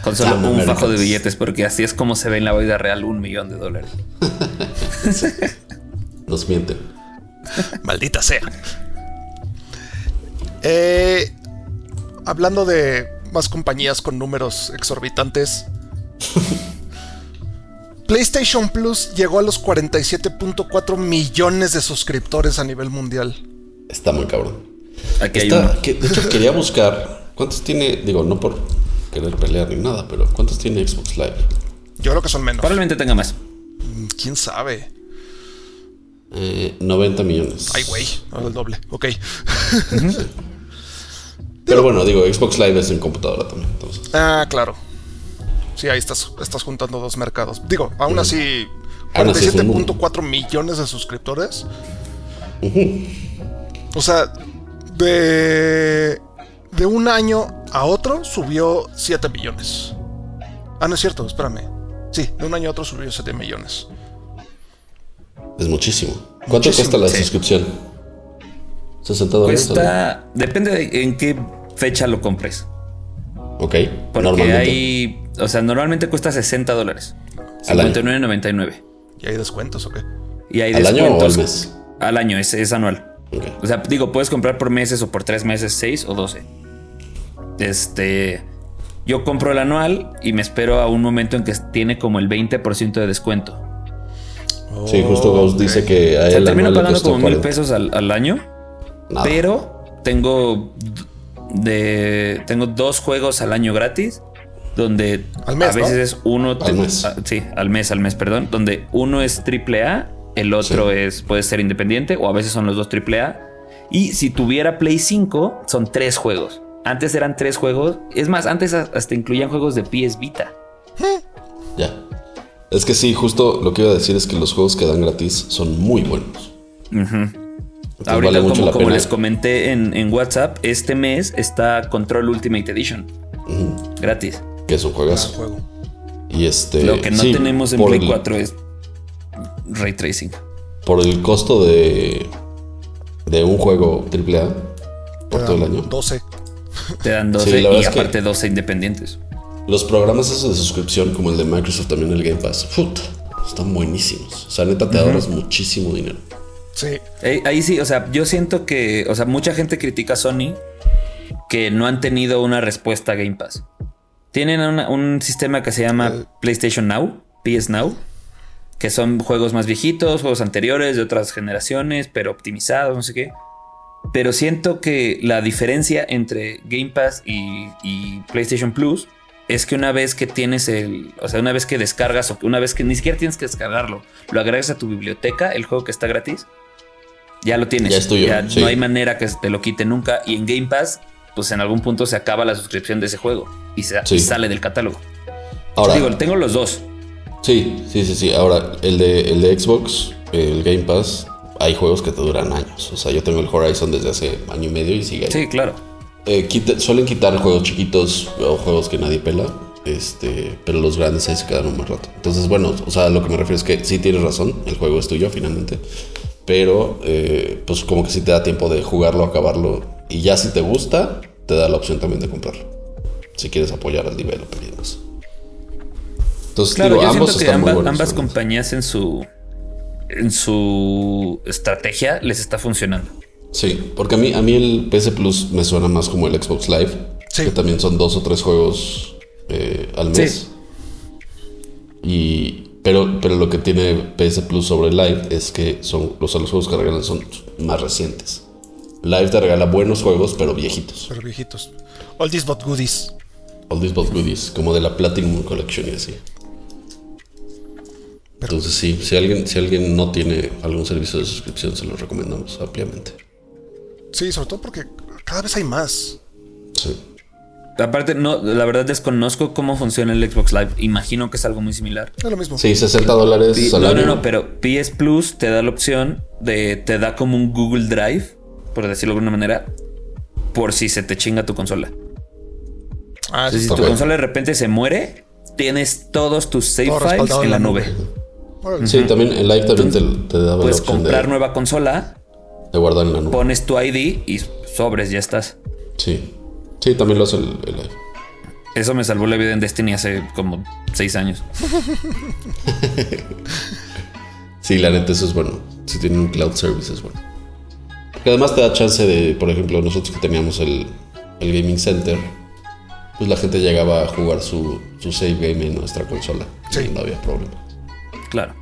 Speaker 3: Con solo
Speaker 2: Damn
Speaker 3: un fajo de
Speaker 2: Ah, Americans.
Speaker 3: billetes, porque así es como se ve en la vida real un millón de dólares.
Speaker 2: Nos mienten.
Speaker 1: Maldita sea. Eh, hablando de más compañías con números exorbitantes. PlayStation Plus llegó a los 47.4 millones de suscriptores a nivel mundial.
Speaker 2: Está muy cabrón.
Speaker 3: Aquí hay
Speaker 2: Está-
Speaker 3: uno.
Speaker 2: que- de hecho, quería buscar cuántos tiene, digo, no por querer pelear ni nada, pero cuántos tiene Xbox Live.
Speaker 1: Yo creo que son menos.
Speaker 3: Probablemente tenga más.
Speaker 1: Mm, ¿Quién sabe?
Speaker 2: Eh, 90 millones.
Speaker 1: Ay, güey. ahora El doble. Ok.
Speaker 2: Pero bueno, digo, Xbox Live es en computadora también. Entonces,
Speaker 1: Ah, claro. Sí, ahí estás, estás juntando dos mercados. Digo, aún así,
Speaker 2: Aún así es un mundo.
Speaker 1: 47.4 millones de suscriptores. O sea, de, de un año a otro subió 7 millones. Ah, no es cierto, espérame. Sí, de un año a otro subió 7 millones.
Speaker 2: es muchísimo. ¿Cuánto
Speaker 1: Muchísimo,
Speaker 2: cuesta la
Speaker 3: sí.
Speaker 2: suscripción? 60 dólares. o no?
Speaker 3: Cuesta. Depende de en qué fecha lo compres.
Speaker 2: Ok.
Speaker 3: Porque
Speaker 2: normalmente.
Speaker 3: hay. O sea, normalmente cuesta 60 dólares.
Speaker 2: Al año.
Speaker 3: 59.99.
Speaker 1: ¿Y hay descuentos o qué?
Speaker 3: Y hay
Speaker 2: ¿Al año o
Speaker 3: descuentos-
Speaker 2: al mes?
Speaker 3: Al año, es, es anual.
Speaker 2: Ok.
Speaker 3: O sea, digo, puedes comprar por meses o por tres meses, seis o doce. Este. Yo compro el anual y me espero a un momento en que tiene como el 20% de descuento.
Speaker 2: Sí,
Speaker 1: Oh,
Speaker 2: justo Ghost dice que a
Speaker 3: O sea,
Speaker 2: él
Speaker 3: termino
Speaker 2: anual le
Speaker 3: pagando
Speaker 2: costó
Speaker 3: como mil
Speaker 2: 40.
Speaker 3: pesos al, al año,
Speaker 2: Nada.
Speaker 3: pero tengo d- de tengo dos juegos al año gratis, donde
Speaker 1: Al mes,
Speaker 3: a veces
Speaker 1: ¿no?
Speaker 3: es uno
Speaker 2: Al mes.
Speaker 3: ah, sí, al mes, al mes, perdón, donde uno es triple A, el otro es puede ser independiente o a veces son los dos triple A. Y si tuviera Play 5, son tres juegos. Antes eran tres juegos. Es más, antes a- hasta incluían juegos de PS Vita.
Speaker 2: Ya. Es que sí, justo lo que iba a decir es que los juegos que dan gratis son muy buenos. Entonces
Speaker 3: Ahorita,
Speaker 2: vale mucho
Speaker 3: como,
Speaker 2: la
Speaker 3: como
Speaker 2: pena.
Speaker 3: les comenté en, en WhatsApp, este mes está Control Ultimate Edition.
Speaker 2: Ujú,
Speaker 3: Gratis.
Speaker 2: que es un
Speaker 1: Ah,
Speaker 2: juegazo.
Speaker 1: juego.
Speaker 2: Y este.
Speaker 3: Lo que no
Speaker 2: sí,
Speaker 3: tenemos en
Speaker 2: por
Speaker 3: Play
Speaker 2: el-
Speaker 3: 4 es ray tracing.
Speaker 2: Por el costo de. De un juego AAA por todo el año.
Speaker 1: 12.
Speaker 3: Te dan
Speaker 2: Sí,
Speaker 3: 12
Speaker 2: la verdad
Speaker 3: y
Speaker 2: es que-
Speaker 3: aparte 12 independientes.
Speaker 2: Los programas esos de suscripción, como el de Microsoft, también el Game Pass, puta, están buenísimos. O sea, neta, te ahorras muchísimo dinero.
Speaker 1: Sí.
Speaker 3: Eh, Ahí sí, o sea, yo siento que, o sea, mucha gente critica a Sony que no han tenido una respuesta a Game Pass. Tienen una- un sistema que se llama PlayStation Now, PS Now, que son juegos más viejitos, juegos anteriores de otras generaciones, pero optimizados, no sé qué. Pero siento que la diferencia entre Game Pass y, y PlayStation Plus es que una vez que tienes el, o sea, una vez que descargas o una vez que ni siquiera tienes que descargarlo, lo agregas a tu biblioteca, el juego que está gratis, ya lo tienes.
Speaker 2: Ya es tuyo, sí.
Speaker 3: No hay manera que te lo quite nunca. Y en Game Pass, pues en algún punto se acaba la suscripción de ese juego y, se,
Speaker 2: Sí.
Speaker 3: y sale del catálogo.
Speaker 2: Ahora,
Speaker 3: Digo, tengo los dos.
Speaker 2: sí, sí, sí, sí. Ahora, el de, el de Xbox, el Game Pass, hay juegos que te duran años. O sea, yo tengo el Horizon desde hace año y medio y sigue ahí.
Speaker 3: Sí, claro.
Speaker 2: Eh, quita- suelen quitar juegos chiquitos o juegos que nadie pela. Este, pero los grandes ahí se quedan un más rato. Entonces, bueno, o sea, lo que me refiero es que sí tienes razón, el juego es tuyo finalmente. Pero, eh, pues como que sí te da tiempo de jugarlo, acabarlo. Y ya si te gusta, te da la opción también de comprarlo. Si quieres apoyar al developer y demás. Entonces,
Speaker 3: Claro,
Speaker 2: digo,
Speaker 3: yo
Speaker 2: ambos
Speaker 3: siento que
Speaker 2: están muy
Speaker 3: amba-
Speaker 2: buenos,
Speaker 3: ambas
Speaker 2: la neta.
Speaker 3: compañías en su en su estrategia les está funcionando.
Speaker 2: Sí, porque a mí, a mí el PS Plus me suena más como el Xbox Live.
Speaker 1: Sí.
Speaker 2: Que también son dos o tres juegos eh, al
Speaker 3: Sí.
Speaker 2: mes. Y, pero, pero lo que tiene PS Plus sobre Live es que son, o sea, los juegos que regalan son más recientes. Live te regala buenos juegos, pero viejitos.
Speaker 1: Pero viejitos. Oldies but goodies.
Speaker 2: All these but goodies, como de la Platinum Collection y así.
Speaker 1: Pero-
Speaker 2: Entonces sí, si alguien, si alguien no tiene algún servicio de suscripción, se los recomendamos ampliamente.
Speaker 1: Sí, sobre todo porque cada vez hay más.
Speaker 2: Sí.
Speaker 3: Aparte, no, la verdad desconozco cómo funciona el Xbox Live. Imagino que es algo muy similar.
Speaker 1: Es lo mismo.
Speaker 2: Sí, 60 dólares.
Speaker 3: Pi-
Speaker 2: al
Speaker 3: no, no,
Speaker 2: año.
Speaker 3: no, pero PS Plus te da la opción de, te da como un Google Drive, por decirlo de alguna manera, por si se te chinga tu consola.
Speaker 1: Ah,
Speaker 3: Entonces, si
Speaker 2: está
Speaker 3: tu
Speaker 2: bueno.
Speaker 3: consola de repente se muere, tienes todos tus save
Speaker 1: Todo
Speaker 3: files
Speaker 1: respaldado
Speaker 3: en la nube.
Speaker 1: Órale.
Speaker 2: Sí, también el live también te, te daba la
Speaker 3: Puedes
Speaker 2: opción
Speaker 3: comprar
Speaker 2: de,
Speaker 3: nueva consola,
Speaker 2: de guardar en la nube.
Speaker 3: pones tu ID y sobres, ya estás.
Speaker 2: Sí. Sí, también lo hace el, el live.
Speaker 3: Eso me salvó la vida en Destiny hace como seis años.
Speaker 2: Sí, la neta, eso es bueno. Si tienen un cloud service, es bueno. Porque además te da chance de, por ejemplo, nosotros que teníamos el, el gaming center, pues la gente llegaba a jugar su, su save game en nuestra consola.
Speaker 1: Sí.
Speaker 2: No había problema.
Speaker 3: Claro.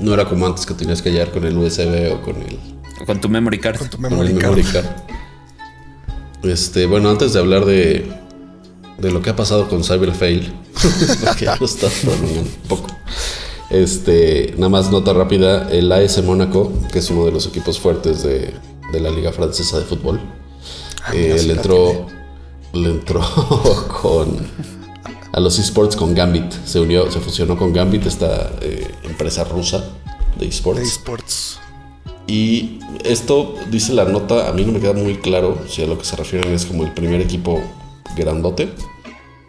Speaker 2: No era como antes que tenías que llegar con el USB o con el
Speaker 3: Con tu memory card.
Speaker 1: con tu
Speaker 2: Como el
Speaker 1: memory card.
Speaker 2: memory card. Este, bueno, antes de hablar de, de lo que ha pasado con Cyberfail, porque ya lo está prolongando un poco. Este, nada más nota rápida, el AS Mónaco, que es uno de los equipos fuertes de, de la Liga Francesa de Fútbol,
Speaker 1: Ah,
Speaker 2: eh,
Speaker 1: mira, sí
Speaker 2: le
Speaker 1: la
Speaker 2: entró,
Speaker 1: tiene.
Speaker 2: le entró con a los esports con Gambit. Se unió, se fusionó con Gambit, esta eh, empresa rusa de
Speaker 1: de
Speaker 2: esports.
Speaker 1: esports.
Speaker 2: Y esto dice la nota, a mí no me queda muy claro si a lo que se refieren es como el primer equipo grandote,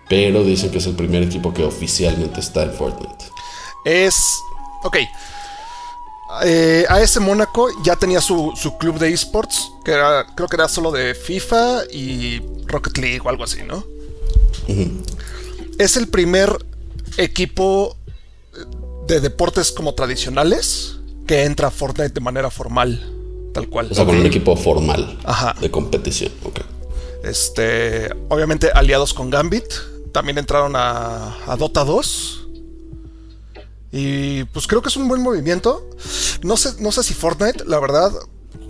Speaker 2: pero dicen que es el primer equipo que oficialmente está en Fortnite.
Speaker 1: Es. Ok. Eh, AS Mónaco ya tenía su, su club de esports, que era, creo que era solo de FIFA y Rocket League o algo así, ¿no? Es el primer equipo de deportes como tradicionales que entra a Fortnite de manera formal, tal cual.
Speaker 2: O sea, con un equipo formal
Speaker 1: Ajá.
Speaker 2: de competición. ok.
Speaker 1: Este, obviamente aliados con Gambit. También entraron a, a Dota 2. Y pues creo que es un buen movimiento. No sé, no sé si Fortnite, la verdad,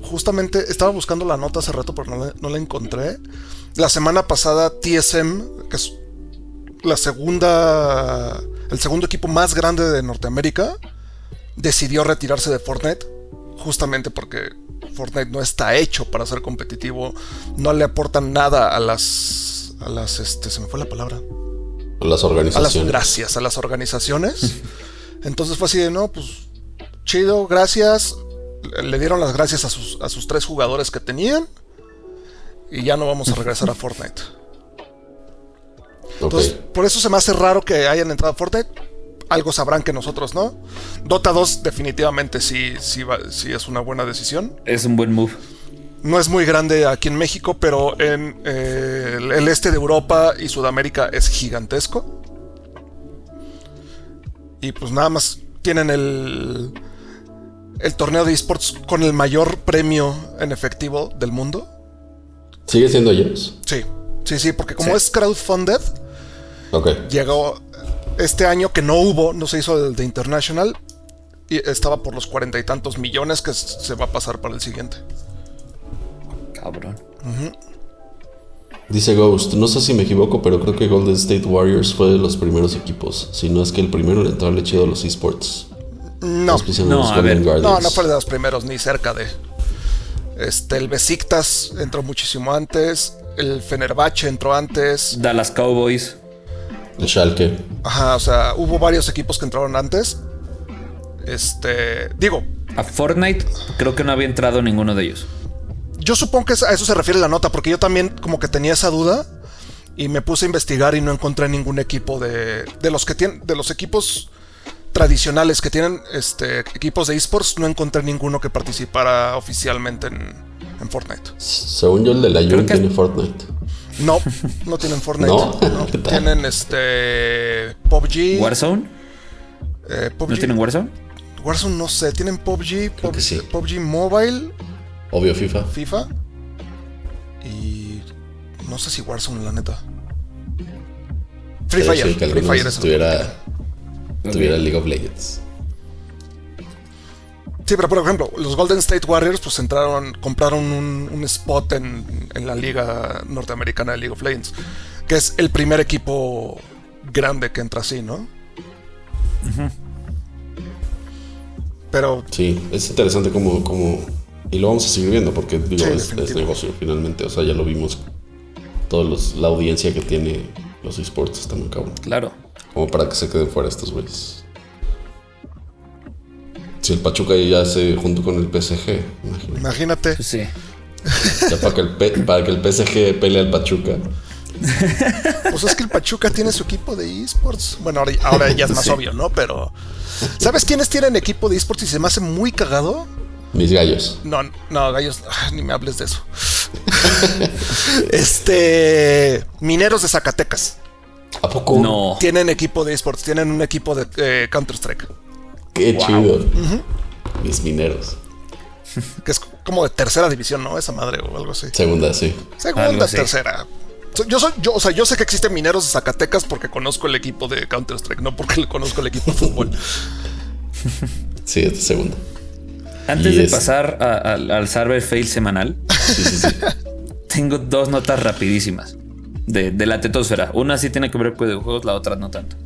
Speaker 1: justamente estaba buscando la nota hace rato, pero no, la- no la encontré. La semana pasada, TSM, que es la segunda. el segundo equipo más grande de Norteamérica, decidió retirarse de Fortnite. Justamente porque Fortnite no está hecho para ser competitivo. No le aportan nada a las. a las. este. se me fue la palabra. A
Speaker 2: Las
Speaker 1: las
Speaker 2: organizaciones.
Speaker 1: gracias, a las organizaciones. Entonces fue así de no, pues. Chido, gracias. Le- Le dieron las gracias a sus, a sus tres jugadores que tenían. Y ya no vamos a regresar a Fortnite.
Speaker 2: ok.
Speaker 1: Entonces, por eso se me hace raro que hayan entrado a Fortnite. Algo sabrán que nosotros no. Dota 2 definitivamente sí, sí, va- sí es una buena decisión.
Speaker 3: Es un buen move.
Speaker 1: No es muy grande aquí en México, pero en eh, el, el este de Europa y Sudamérica es gigantesco. Y pues nada más tienen el, el torneo de esports con el mayor premio en efectivo del mundo.
Speaker 2: ¿Sigue siendo ellos?
Speaker 1: Sí, sí, sí, porque como
Speaker 3: Sí.
Speaker 1: es crowdfunded,
Speaker 2: Ok.
Speaker 1: llegó este año que no hubo, no se hizo el de International y estaba por los cuarenta y tantos millones que s- se va a pasar para el siguiente.
Speaker 3: Cabrón.
Speaker 2: Dice Ghost, no sé si me equivoco, pero creo que Golden State Warriors fue de los primeros equipos, si no es que el primero en entrarle chido a los esports.
Speaker 1: No,
Speaker 2: Especialmente
Speaker 3: No,
Speaker 2: los
Speaker 3: a
Speaker 2: Golden
Speaker 3: ver.
Speaker 1: no,
Speaker 2: Guardians.
Speaker 1: no fue de los primeros ni cerca de. Este, el Besiktas entró muchísimo antes, el Fenerbahce entró antes,
Speaker 3: Dallas Cowboys.
Speaker 2: El Schalke.
Speaker 1: ajá, o sea, hubo varios equipos que entraron antes. Este, digo,
Speaker 3: A Fortnite creo que no había entrado ninguno de ellos.
Speaker 1: Yo supongo que a eso se refiere la nota, porque yo también como que tenía esa duda y me puse a investigar y no encontré ningún equipo de, de los que tienen, de los equipos tradicionales que tienen este, equipos de esports, no encontré ninguno que participara oficialmente en, en Fortnite.
Speaker 2: Según yo, el de la Jun
Speaker 3: que-
Speaker 2: tiene Fortnite.
Speaker 1: No, no tienen Fortnite.
Speaker 2: No.
Speaker 1: no. tienen este PUBG.
Speaker 3: ¿Warzone?
Speaker 1: eh, PUBG
Speaker 3: ¿No tienen Warzone?
Speaker 1: Warzone no sé, tienen PUBG,
Speaker 2: Creo que sí.
Speaker 1: PUBG Mobile,
Speaker 2: Obvio, FIFA.
Speaker 1: FIFA y no sé si Warzone, la neta. Free
Speaker 2: Pero
Speaker 1: Fire,
Speaker 2: sí, que
Speaker 1: Free
Speaker 2: algunos
Speaker 1: Fire es el-
Speaker 2: tuviera, tuviera League of Legends.
Speaker 1: Sí, pero por ejemplo, los Golden State Warriors pues entraron, compraron un, un spot en, en la liga norteamericana de League of Legends, que es el primer equipo grande que entra así, ¿no? Pero
Speaker 2: Sí, es interesante como, como... Y lo vamos a seguir viendo porque digo,
Speaker 1: Sí,
Speaker 2: es, es
Speaker 1: definitivo.
Speaker 2: negocio finalmente. O sea, ya lo vimos. Todos los, la audiencia que tiene los esports está muy cabrón.
Speaker 3: Claro.
Speaker 2: Como para que se queden fuera estos güeyes. Si el Pachuca ya se junto con el PSG, imagínate.
Speaker 1: imagínate,
Speaker 3: Pues sí.
Speaker 2: Ya para que el, P- para que el PSG pelee al Pachuca.
Speaker 1: pues es que el Pachuca tiene su equipo de esports. Bueno, ahora, ahora ya es más
Speaker 2: Sí.
Speaker 1: obvio, ¿no? Pero ¿sabes quiénes tienen equipo de esports y se me hace muy cagado?
Speaker 2: Mis gallos.
Speaker 1: No, no, gallos, ah, ni me hables de eso. este. Mineros de Zacatecas.
Speaker 2: ¿A poco?
Speaker 3: No.
Speaker 1: Tienen equipo de esports, tienen un equipo de eh, Counter-Strike,
Speaker 2: Qué chido. Mis mineros.
Speaker 1: que es como de tercera división, ¿no? Esa madre o algo así.
Speaker 2: Segunda, sí.
Speaker 1: Segunda,
Speaker 3: Algo así.
Speaker 1: tercera. So- Yo, soy, yo, o sea, yo sé que existen mineros de Zacatecas porque conozco el equipo de
Speaker 2: este
Speaker 1: Counter-Strike, no porque le conozco el equipo de fútbol.
Speaker 2: Sí, es segunda.
Speaker 3: Antes
Speaker 2: Y
Speaker 3: de
Speaker 2: es-
Speaker 3: pasar a- a- al server fail semanal,
Speaker 2: Sí, sí, sí.
Speaker 3: tengo dos notas rapidísimas de, de la tetosfera. Una sí tiene que ver con videojuegos, la otra no tanto.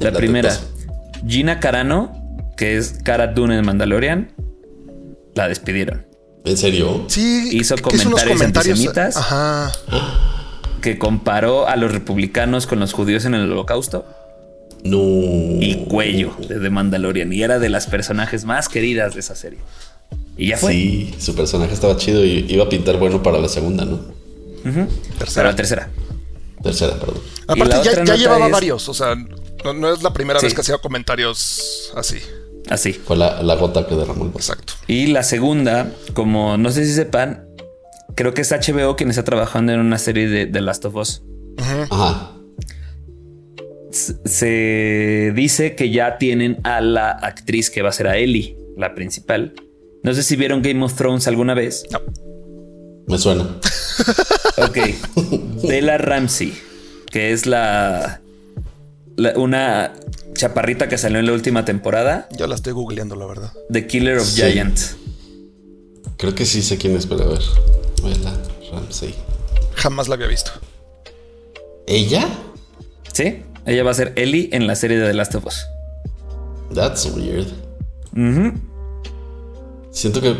Speaker 3: La,
Speaker 2: La
Speaker 3: primera,
Speaker 2: tetósfera.
Speaker 3: Gina Carano, que es Cara Dune en Mandalorian, la despidieron.
Speaker 2: ¿En serio?
Speaker 1: Sí,
Speaker 3: Hizo
Speaker 1: que hizo unos comentarios.
Speaker 3: comentarios antisemitas.
Speaker 1: Ajá.
Speaker 3: Que comparó a los republicanos con los judíos en el holocausto.
Speaker 2: No.
Speaker 3: Y cuello de The Mandalorian. Y era de las personajes más queridas de esa serie. Y ya fue.
Speaker 2: Sí, su personaje estaba chido y iba a pintar bueno para la segunda, ¿no?
Speaker 3: Pero
Speaker 1: Tercera.
Speaker 3: la tercera.
Speaker 2: Tercera, perdón.
Speaker 1: Aparte,
Speaker 3: la
Speaker 1: ya,
Speaker 3: otra
Speaker 1: ya
Speaker 3: nota
Speaker 1: llevaba
Speaker 3: es-
Speaker 1: varios. O sea, no, no es la primera
Speaker 3: Sí.
Speaker 1: vez que hacía comentarios así.
Speaker 3: Así.
Speaker 2: Fue la, la gota que derramó el vaso.
Speaker 1: Exacto.
Speaker 3: Y la segunda, como no sé si sepan, creo que es HBO quien está trabajando en una serie de, de Last of Us.
Speaker 1: Ujú.
Speaker 2: Ajá.
Speaker 3: S- Se dice que ya tienen a la actriz que va a ser a Ellie, la principal. No sé si vieron Game of Thrones alguna vez.
Speaker 2: Me suena.
Speaker 3: Ok. Bella Ramsey, que es la, la- una chaparrita que salió en la última temporada
Speaker 1: Yo la estoy googleando, la verdad.
Speaker 3: de Killer of
Speaker 2: Sí.
Speaker 3: Giants.
Speaker 2: Creo que sí sé quién es, pero a ver. Bella Ramsey.
Speaker 1: Jamás la había visto.
Speaker 2: ¿Ella?
Speaker 3: Sí, ella va a ser Ellie en la serie de The Last of Us.
Speaker 2: That's weird.
Speaker 3: Ujú.
Speaker 2: Siento que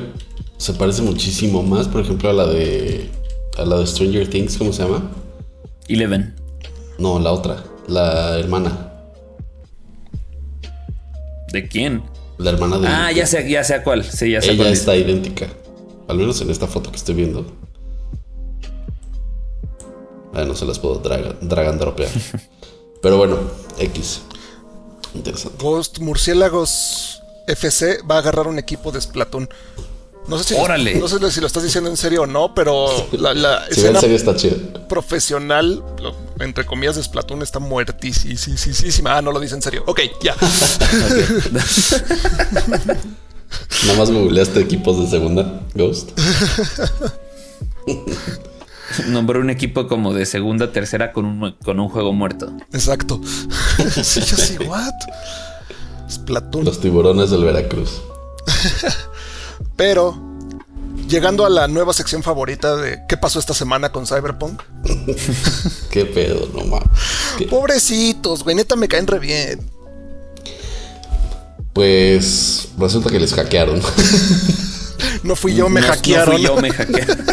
Speaker 2: se parece muchísimo más, por ejemplo, a la de. A la de Stranger Things, ¿cómo se llama?
Speaker 3: Eleven.
Speaker 2: No, la otra. La hermana.
Speaker 3: ¿De quién?
Speaker 2: La hermana de.
Speaker 3: Ah, ya sé, ya sé a cuál. Sí, ya sé a
Speaker 2: Ella
Speaker 3: cuál.
Speaker 2: está idéntica. Al menos en esta foto que estoy viendo. Ah, no se las puedo draga- dragandropear. Pero bueno, X. Interesante.
Speaker 1: Ghost Murciélagos FC va a agarrar un equipo de Splatoon. No sé si,
Speaker 3: Órale.
Speaker 1: no sé si lo estás diciendo en serio o no, pero la, la
Speaker 2: Si ven
Speaker 1: escena
Speaker 2: serio está chido.
Speaker 1: profesional, lo- entre comillas, de Splatoon está muertísima. Ah, no lo dice en serio. Ok, ya.
Speaker 2: Nada más googleaste equipos de segunda, Ghost.
Speaker 3: Nombró un equipo como de segunda, tercera con un, con un juego muerto.
Speaker 1: Exacto. sí, yo sí, what? Splatoon.
Speaker 2: Los tiburones del Veracruz.
Speaker 1: Pero, llegando a la nueva sección favorita de ¿Qué pasó esta semana con Cyberpunk?
Speaker 2: Qué pedo, no mames. Qué-
Speaker 1: Pobrecitos, güey, neta me caen re bien.
Speaker 2: Pues resulta que les hackearon.
Speaker 1: No fui yo, me
Speaker 3: No- no fui
Speaker 1: hackearon.
Speaker 3: yo, me hackearon.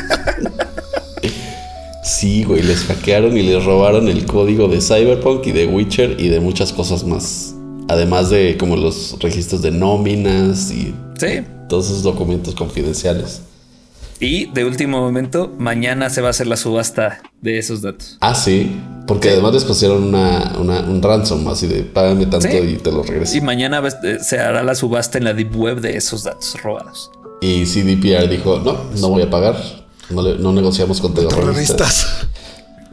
Speaker 2: Sí, güey, les hackearon y les robaron el código de Cyberpunk y de Witcher y de muchas cosas más. Además de como los registros de nóminas y
Speaker 3: Sí.
Speaker 2: todos esos documentos confidenciales.
Speaker 3: Y de último momento, mañana se va a hacer la subasta de esos datos.
Speaker 2: Ah, sí, porque además les pusieron una, una- un ransom así de págame tanto
Speaker 3: Sí.
Speaker 2: y te lo regreso.
Speaker 3: Y mañana va- eh, se hará la subasta en la deep web de esos datos robados.
Speaker 2: Y CDPR dijo, no, no voy a pagar. No, le- no negociamos con terroristas.
Speaker 1: Terroristas.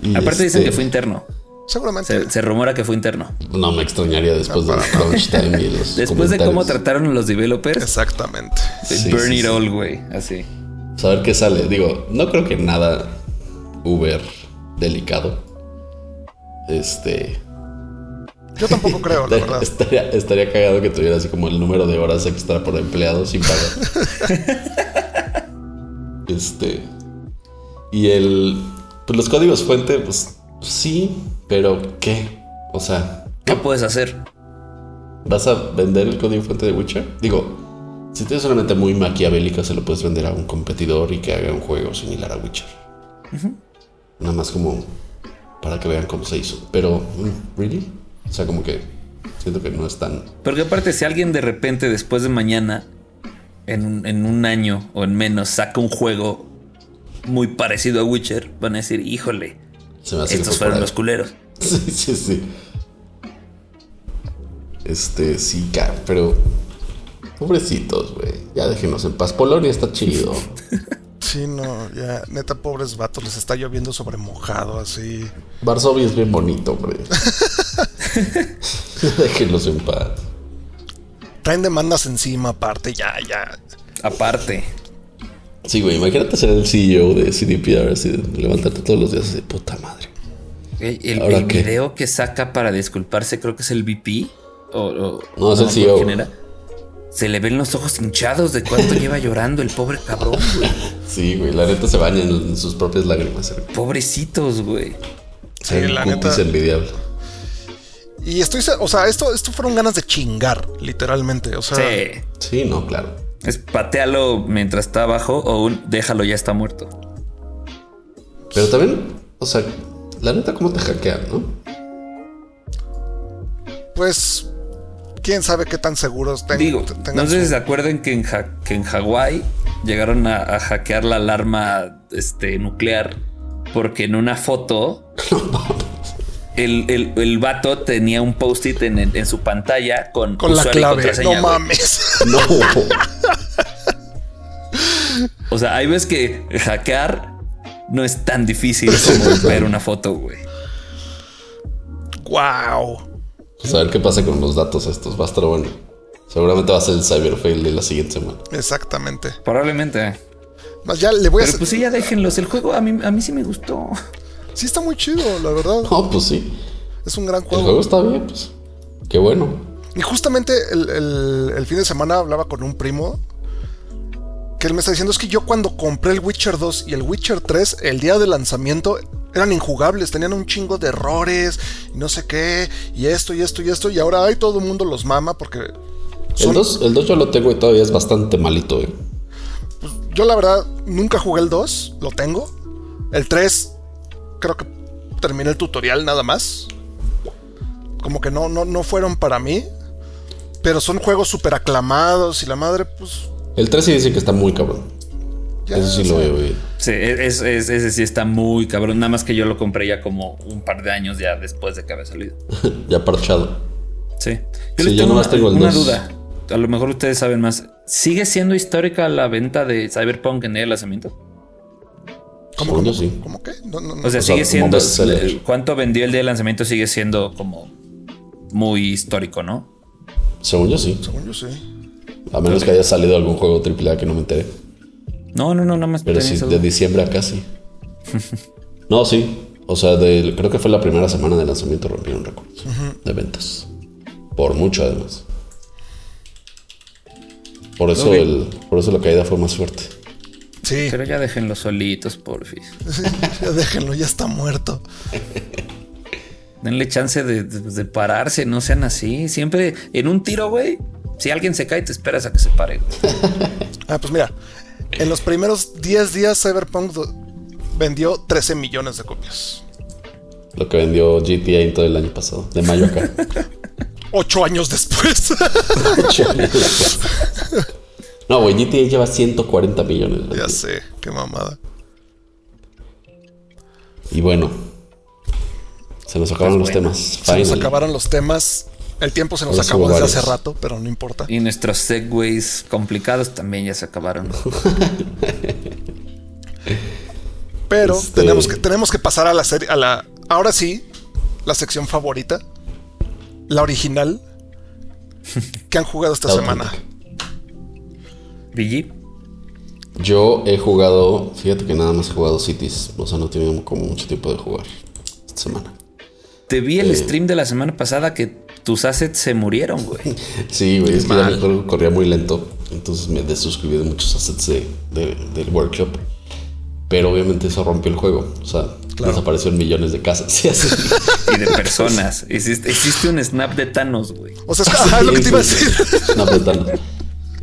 Speaker 2: Y
Speaker 3: Aparte dicen
Speaker 2: este,
Speaker 3: que fue interno.
Speaker 1: Seguramente.
Speaker 3: Se, se rumora que fue interno.
Speaker 2: No me extrañaría después del crunch time y los
Speaker 3: Después de cómo
Speaker 2: comentarios.
Speaker 3: trataron a los developers,
Speaker 1: Exactamente.
Speaker 3: de
Speaker 2: Sí,
Speaker 3: burn
Speaker 2: sí,
Speaker 3: it
Speaker 2: sí.
Speaker 3: all, güey. Así.
Speaker 2: Pues a ver qué sale. Digo, no creo que nada uber delicado. Este.
Speaker 1: Yo tampoco creo, la verdad.
Speaker 2: Estaría, estaría cagado que tuviera así como el número de horas extra por empleado sin pagar. este. Y el. Pues los códigos fuente, pues sí, pero ¿qué? O sea,
Speaker 3: ¿Qué puedes hacer?
Speaker 2: ¿vas a vender el código fuente de Witcher? Digo, si tienes una mente muy maquiavélica, se lo puedes vender a un competidor y que haga un juego similar a Witcher. Nada más como para que vean cómo se hizo. Pero, mm, ¿really? O sea, como que siento que no es tan
Speaker 3: Porque aparte, si alguien de repente, después de mañana, en, un- en un año o en menos, saca un juego muy parecido a Witcher, van a decir, híjole,
Speaker 2: Se me hace que
Speaker 3: estos
Speaker 2: fue por
Speaker 3: fueron
Speaker 2: ahí.
Speaker 3: los culeros.
Speaker 2: Sí, sí, sí. Este, sí, ca- pero. Pobrecitos, güey. Ya déjenos en paz. Polonia está chido.
Speaker 1: Sí, no, ya, neta, pobres vatos, les está lloviendo sobre mojado, así.
Speaker 2: Varsovia es bien bonito, hombre. déjenos en paz.
Speaker 1: Traen demandas encima, aparte, ya, ya.
Speaker 3: Aparte,
Speaker 2: Sí, güey, imagínate ser el CEO de CDPR, así de levantarte todos los días así de puta madre.
Speaker 3: el, el-
Speaker 2: ¿Ahora
Speaker 3: el
Speaker 2: qué?
Speaker 3: video que saca para disculparse, creo que es el VP. O, o-
Speaker 2: No, es el E
Speaker 3: me acuerdo
Speaker 2: CEO.
Speaker 3: quién era. Se le ven los ojos hinchados de cuánto lleva llorando el pobre cabrón, güey.
Speaker 2: Sí, güey, la neta se baña en sus propias lágrimas. eh.
Speaker 3: Pobrecitos, güey.
Speaker 1: Sí,
Speaker 2: El
Speaker 1: la
Speaker 2: cutis
Speaker 1: neta.
Speaker 2: envidiable.
Speaker 1: Y estoy, se- o sea, esto, esto fueron ganas de chingar, literalmente. O sea,
Speaker 3: Sí.
Speaker 2: Sí, no, claro.
Speaker 3: Es patealo mientras está abajo o un déjalo ya está muerto.
Speaker 2: Pero también, o sea, la neta, ¿cómo te hackean, no?
Speaker 1: pues quién sabe qué tan seguros ten-
Speaker 3: Digo,
Speaker 1: te- tengan
Speaker 3: no sé si
Speaker 1: su-
Speaker 3: se acuerdan que en, Ja- que en Hawái llegaron a, a hackear la alarma este, nuclear porque en una foto el, el- el vato tenía un post-it en, en- en su pantalla con,
Speaker 1: con la
Speaker 3: usuario y
Speaker 1: clave.
Speaker 3: contraseña,
Speaker 1: No
Speaker 3: güey.
Speaker 1: mames.
Speaker 2: No.
Speaker 3: O sea, ahí ves que hackear no es tan difícil como ver una foto, güey.
Speaker 1: wow.
Speaker 2: Pues a ver qué pasa con los datos estos. Va a estar bueno. Seguramente va a ser el cyberfail de la siguiente semana.
Speaker 1: Exactamente.
Speaker 3: Probablemente.
Speaker 1: Más ya le voy a.
Speaker 3: Pero pues sí, ya déjenlos. El juego a mí, a mí sí me gustó.
Speaker 1: Sí, está muy chido, la verdad.
Speaker 2: No, pues sí.
Speaker 1: Es un gran
Speaker 2: El
Speaker 1: juego.
Speaker 2: juego está bien, pues. Qué bueno.
Speaker 1: Y justamente el, el- el fin de semana hablaba con un primo que él me está diciendo es que yo cuando compré el Witcher 2 y el Witcher 3 el día de lanzamiento eran injugables, tenían un chingo de errores y no sé qué, y esto y esto y esto, y ahora hay todo el mundo los mama porque
Speaker 2: El
Speaker 1: Son-
Speaker 2: 2 el dos yo lo tengo y todavía es bastante malito, eh.
Speaker 1: yo la verdad nunca jugué el 2, lo tengo. El 3 creo que terminé el tutorial nada más. Como que no, no, no fueron para mí. Pero son juegos súper aclamados y la madre, pues
Speaker 2: El 3 sí dice que está muy cabrón.
Speaker 1: ya.
Speaker 2: Eso sí
Speaker 1: o
Speaker 2: lo
Speaker 1: sea,
Speaker 2: veo bien.
Speaker 3: Sí, e-, es, es- ese sí está muy cabrón. Nada más que yo lo compré ya como un par de años ya después de que había salido.
Speaker 2: ya parchado.
Speaker 3: Sí.
Speaker 2: Sí,
Speaker 3: Yo les
Speaker 2: yo
Speaker 3: tengo
Speaker 2: nomás
Speaker 3: una,
Speaker 2: tengo el
Speaker 3: una
Speaker 2: dos.
Speaker 3: duda. A lo mejor ustedes saben más. ¿Sigue siendo histórica la venta de Cyberpunk en el lanzamiento?
Speaker 1: ¿Cómo,
Speaker 2: Según
Speaker 1: cómo,
Speaker 2: yo sí.
Speaker 1: cómo qué? No, no, no.
Speaker 3: O sea,
Speaker 2: O sea,
Speaker 3: sigue
Speaker 2: como
Speaker 3: siendo.
Speaker 2: bestseller.
Speaker 3: ¿Cuánto vendió el día del lanzamiento? Sigue siendo como muy histórico, ¿no?
Speaker 2: Según yo sí.
Speaker 1: Según yo sí.
Speaker 2: A menos que haya salido algún juego AAA que no me enteré.
Speaker 3: No, no, no, nada más.
Speaker 2: Pero
Speaker 3: tenía
Speaker 2: sí,
Speaker 3: esa
Speaker 2: de
Speaker 3: duda.
Speaker 2: diciembre a casi. no, sí. O sea, del- creo que fue la primera semana de lanzamiento rompieron récords de ventas. Por mucho, además. Por eso,
Speaker 3: Ok.
Speaker 2: el, por eso la caída fue más fuerte.
Speaker 1: Sí,
Speaker 3: Pero ya déjenlos solitos, porfis.
Speaker 1: ya déjenlo, ya está muerto.
Speaker 3: Denle chance de, de- de pararse, no sean así. Siempre en un tiro, güey. Si alguien se cae, te esperas a que se pare. güey.
Speaker 1: Ah, pues mira, en los primeros 10 días Cyberpunk do- vendió 13 millones de copias.
Speaker 2: Lo que vendió GTA en todo el año pasado. De mayo acá.
Speaker 1: Ocho años después.
Speaker 2: no, güey, GTA lleva 140 millones. güey.
Speaker 1: ya sé, qué mamada.
Speaker 2: Y bueno. Se nos acabaron los temas.
Speaker 1: Pues Se nos
Speaker 2: Finally.
Speaker 1: acabaron los temas. El tiempo se nos
Speaker 2: Ahora sí
Speaker 1: acabó
Speaker 2: hubo
Speaker 1: desde
Speaker 2: varios.
Speaker 1: hace rato, pero no importa.
Speaker 3: Y nuestros segways complicados también ya se acabaron.
Speaker 1: Pero
Speaker 2: Este-
Speaker 1: tenemos, que, tenemos que pasar a la serie, a la... Ahora sí, la sección favorita. La original. que han jugado esta
Speaker 2: La
Speaker 1: semana?
Speaker 2: auténtica.
Speaker 3: Billy,
Speaker 2: Yo he jugado, fíjate que nada más he jugado Cities, o sea, no tiene como mucho tiempo de jugar esta semana.
Speaker 3: te vi el stream de la semana pasada que tus assets se murieron, güey.
Speaker 2: Sí, güey, es que ya mi juego corría muy lento, entonces me desuscribí de muchos assets de- de- del workshop. Pero obviamente eso rompió el juego, o sea, desaparecieron millones de casas. Sí, así.
Speaker 3: Y de personas. Hiciste, hiciste un snap de Thanos, güey.
Speaker 1: O sea, es, que- ajá, es Ah, lo que te iba a decir.
Speaker 2: No, pues, tal.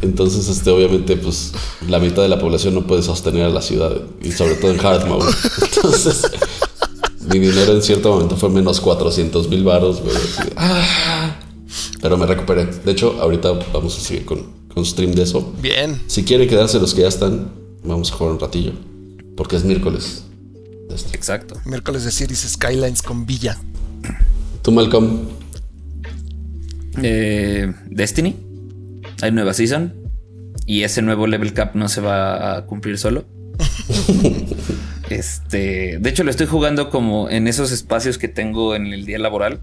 Speaker 2: Entonces, este, obviamente, pues la mitad de la población no puede sostener a la ciudad, y sobre todo en Hard Mode. Entonces, mi dinero en cierto momento fue menos 400 mil baros, güey. así de, ah. Pero me recuperé. De hecho, ahorita vamos a seguir con, con stream de eso.
Speaker 1: Bien.
Speaker 2: Si quieren quedarse los que ya están, vamos a jugar un ratillo, porque es miércoles. Este,
Speaker 3: Exacto.
Speaker 1: Miércoles de Cities Skylines con Villa.
Speaker 2: Tú, Malcolm,
Speaker 3: Eh, Destiny. Hay nueva season. Y ese nuevo level cap no se va a cumplir solo. Este, de hecho, lo estoy jugando como en esos espacios que tengo en el día laboral.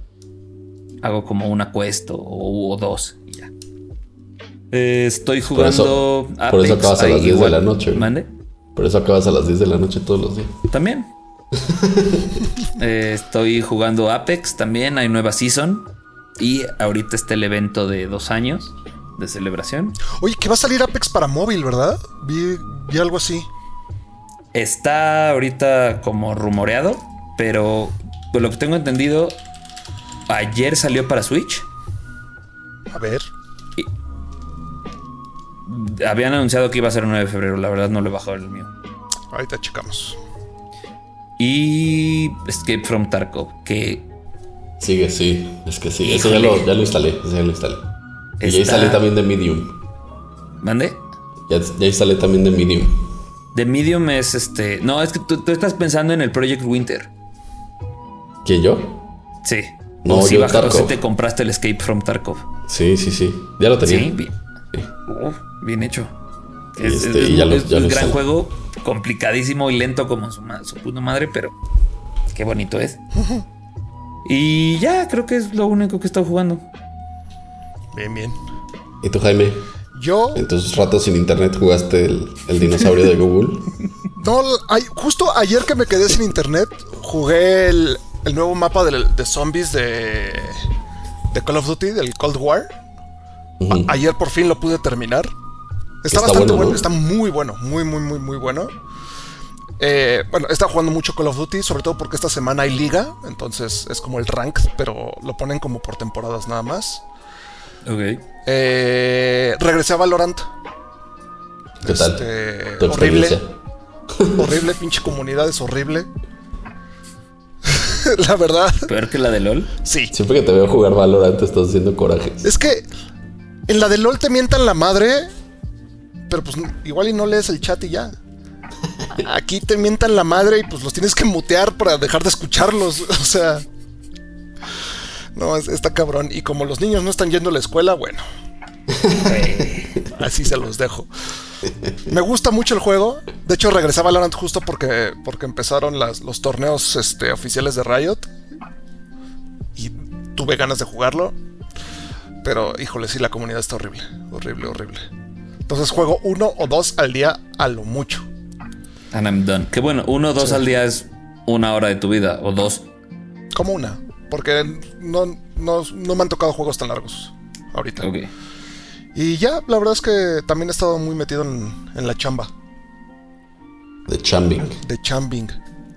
Speaker 3: Hago como una quest o, o dos y ya. Eh, estoy
Speaker 2: Por eso-
Speaker 3: jugando
Speaker 2: por eso acabas a
Speaker 3: ahí
Speaker 2: las 10 de
Speaker 3: igual.
Speaker 2: la noche, güey.
Speaker 3: ¿Mande?
Speaker 2: por eso acabas a las 10 de la noche todos los días.
Speaker 3: También. Eh, estoy jugando Apex también, hay nueva season. Y ahorita está el evento de dos años. de celebración.
Speaker 1: Oye, que va a salir Apex para móvil, ¿verdad? Vi, vi algo así.
Speaker 3: Está ahorita como rumoreado, pero por lo que tengo entendido, ayer salió para Switch.
Speaker 1: A ver.
Speaker 3: Habían anunciado que iba a ser el 9 de febrero, la verdad no le he bajado el mío.
Speaker 1: Ahorita checamos.
Speaker 3: Y Escape from Tarkov, que
Speaker 2: Sigue, sí. Es que sí. Eso ya lo, ya lo instalé. Eso ya lo instalé. Y ya
Speaker 3: Está-
Speaker 2: instalé también de Medium.
Speaker 3: ¿Mande?
Speaker 2: Ya, ya instalé también de Medium.
Speaker 3: The Medium es este. No, es que tú, tú estás pensando en el Project Winter.
Speaker 2: ¿Quién yo?
Speaker 3: Sí.
Speaker 2: No,
Speaker 3: o si
Speaker 2: yo
Speaker 3: baja- o
Speaker 2: Tarkov.
Speaker 3: si te compraste el Escape from Tarkov.
Speaker 2: Sí, sí, sí. Ya lo tenía.
Speaker 3: Sí, bien. Oh, bien hecho.
Speaker 2: Y
Speaker 3: Es,
Speaker 2: este,
Speaker 3: es-
Speaker 2: y ya lo-
Speaker 3: es
Speaker 2: ya
Speaker 3: un
Speaker 2: lo
Speaker 3: gran
Speaker 2: instalé.
Speaker 3: juego, complicadísimo y lento como su, ma- su puta madre, pero qué bonito es. Y ya, creo que es lo único que he estado jugando.
Speaker 1: Bien, bien.
Speaker 2: ¿Y tú, Jaime?
Speaker 1: Yo
Speaker 2: En tus ratos sin internet jugaste el, el dinosaurio de Google.
Speaker 1: No, ay, justo ayer que me quedé sin internet, jugué el, el nuevo mapa del- de zombies de, de Call of Duty, del Cold War.
Speaker 2: Ujú.
Speaker 1: Ayer por fin lo pude terminar. Está,
Speaker 2: Está
Speaker 1: bastante
Speaker 2: bueno,
Speaker 1: bueno,
Speaker 2: ¿no?
Speaker 1: está muy bueno, muy, muy, muy, muy bueno. Eh, bueno, está jugando mucho Call of Duty, sobre todo porque esta semana hay liga, entonces es como el ranked, pero lo ponen como por temporadas nada más.
Speaker 3: Ok.
Speaker 1: Eh, regresé a Valorant.
Speaker 2: ¿Qué tal?
Speaker 1: Este,
Speaker 2: Tu
Speaker 1: horrible.
Speaker 2: experiencia.
Speaker 1: Horrible, pinche comunidad, es horrible. la verdad,
Speaker 3: Peor que la de LOL.
Speaker 1: sí.
Speaker 2: Siempre que te veo jugar Valorant te estás haciendo corajes.
Speaker 1: Es que en la de LOL te mientan la madre, pero pues igual y no lees el chat y ya. Aquí te mientan la madre y pues los tienes que mutear para dejar de escucharlos. O sea. No, es- está cabrón. Y como los niños no están yendo a la escuela, bueno. Así se los dejo. Me gusta mucho el juego. De hecho, regresé a Valorant justo porque, porque empezaron las- los torneos este, oficiales de Riot. Y tuve ganas de jugarlo. Pero, híjole, sí, la comunidad está horrible. Horrible, horrible. Entonces juego uno o dos al día a lo mucho.
Speaker 3: And I'm done. Que bueno, uno o dos al día es una hora de tu vida, o dos.
Speaker 1: Como una. Porque no, no, no me han tocado juegos tan largos ahorita.
Speaker 3: Ok.
Speaker 1: Y ya, la verdad es que también he estado muy metido en, en la chamba.
Speaker 2: De chambing.
Speaker 1: De chambing.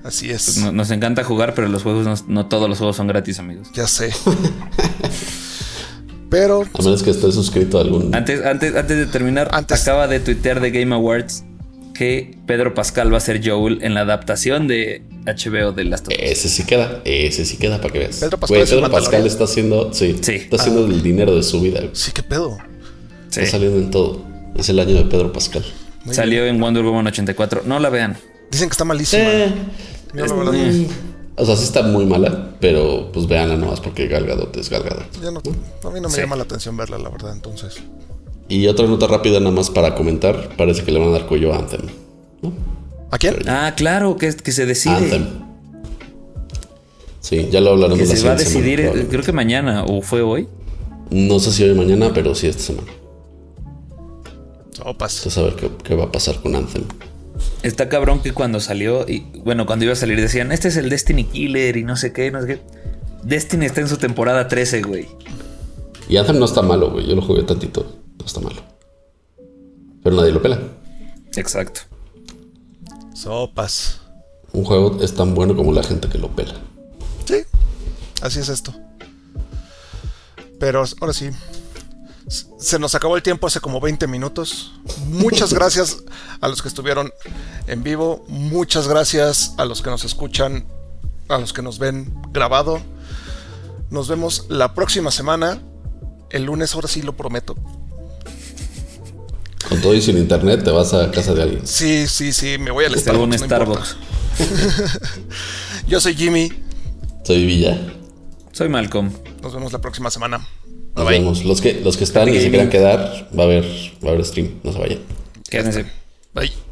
Speaker 1: Así es.
Speaker 3: Pues No- nos encanta jugar, pero los juegos no- no todos los juegos son gratis, amigos.
Speaker 1: Ya sé. Pero
Speaker 2: A menos que estés suscrito a algún.
Speaker 3: Antes, antes, antes de terminar,
Speaker 1: Antes.
Speaker 3: acaba de tuitear de Game Awards que Pedro Pascal va a ser Joel en la adaptación de HBO de Last of Us.
Speaker 2: Ese sí queda, ese sí queda para que veas.
Speaker 1: Pedro Pascal
Speaker 2: Güey,
Speaker 1: es el
Speaker 2: Pedro Pascal
Speaker 1: Mandalorian.
Speaker 2: está haciendo, sí,
Speaker 3: Sí. Ah.
Speaker 2: está haciendo el dinero de su vida. güey.
Speaker 1: sí, qué pedo.
Speaker 3: Sí.
Speaker 2: Está saliendo en todo. Es el año de Pedro Pascal.
Speaker 1: Muy
Speaker 3: Salió en Wonder Woman 84. No la vean.
Speaker 1: bien. Dicen que está malísima. Yo, la verdad,
Speaker 3: Eh,
Speaker 2: O sea, sí está muy mala, pero pues veanla nomás porque Gal Gadot es Gal Gadot.
Speaker 1: ya no- a mí no me
Speaker 3: Sí.
Speaker 1: llama la atención verla, la verdad, entonces.
Speaker 2: Y otra nota rápida nada más para comentar. Parece que le van a dar cuello a Anthem.
Speaker 1: ¿A quién?
Speaker 3: Ah, claro, que, que se
Speaker 2: Anthem.
Speaker 3: decide.
Speaker 2: Sí, ya lo hablaremos
Speaker 3: Que
Speaker 2: la
Speaker 3: se va a
Speaker 2: siguiente semana,
Speaker 3: decidir, eh,
Speaker 2: probablemente.
Speaker 3: creo que mañana o fue hoy.
Speaker 2: No sé si hoy o mañana, pero sí esta semana.
Speaker 1: Sopas.
Speaker 2: Entonces a ver qué, qué va a pasar con Anthem.
Speaker 3: Está cabrón que cuando salió, y bueno, cuando iba a salir decían, este es el Destiny Killer y no sé qué, no sé qué. Destiny está en su temporada 13, güey.
Speaker 2: Y Anthem no está malo, güey. Yo lo jugué tantito. No está malo. Pero nadie lo pela.
Speaker 3: Exacto.
Speaker 1: Sopas.
Speaker 2: Un juego es tan bueno como la gente que lo pela.
Speaker 1: Sí, así es esto. Pero ahora sí. s- Se nos acabó el tiempo hace como 20 minutos. Muchas gracias a los que estuvieron en vivo. Muchas gracias a los que nos escuchan, a los que nos ven grabado. Nos vemos la próxima semana. El lunes, ahora sí lo prometo.
Speaker 2: Con todo y sin internet te vas a casa de alguien.
Speaker 1: Sí, sí, sí, me voy al
Speaker 3: Salvo un
Speaker 1: Starbucks. no importa.
Speaker 3: Este Starbucks.
Speaker 1: Yo soy Jimmy.
Speaker 2: Soy Villa.
Speaker 3: Soy Malcolm.
Speaker 1: Nos vemos la próxima semana.
Speaker 2: Nos vemos. Los que, los que están y se quieran quedar, va a haber, va a haber stream. No se vayan.
Speaker 3: Quédense.
Speaker 1: Bye.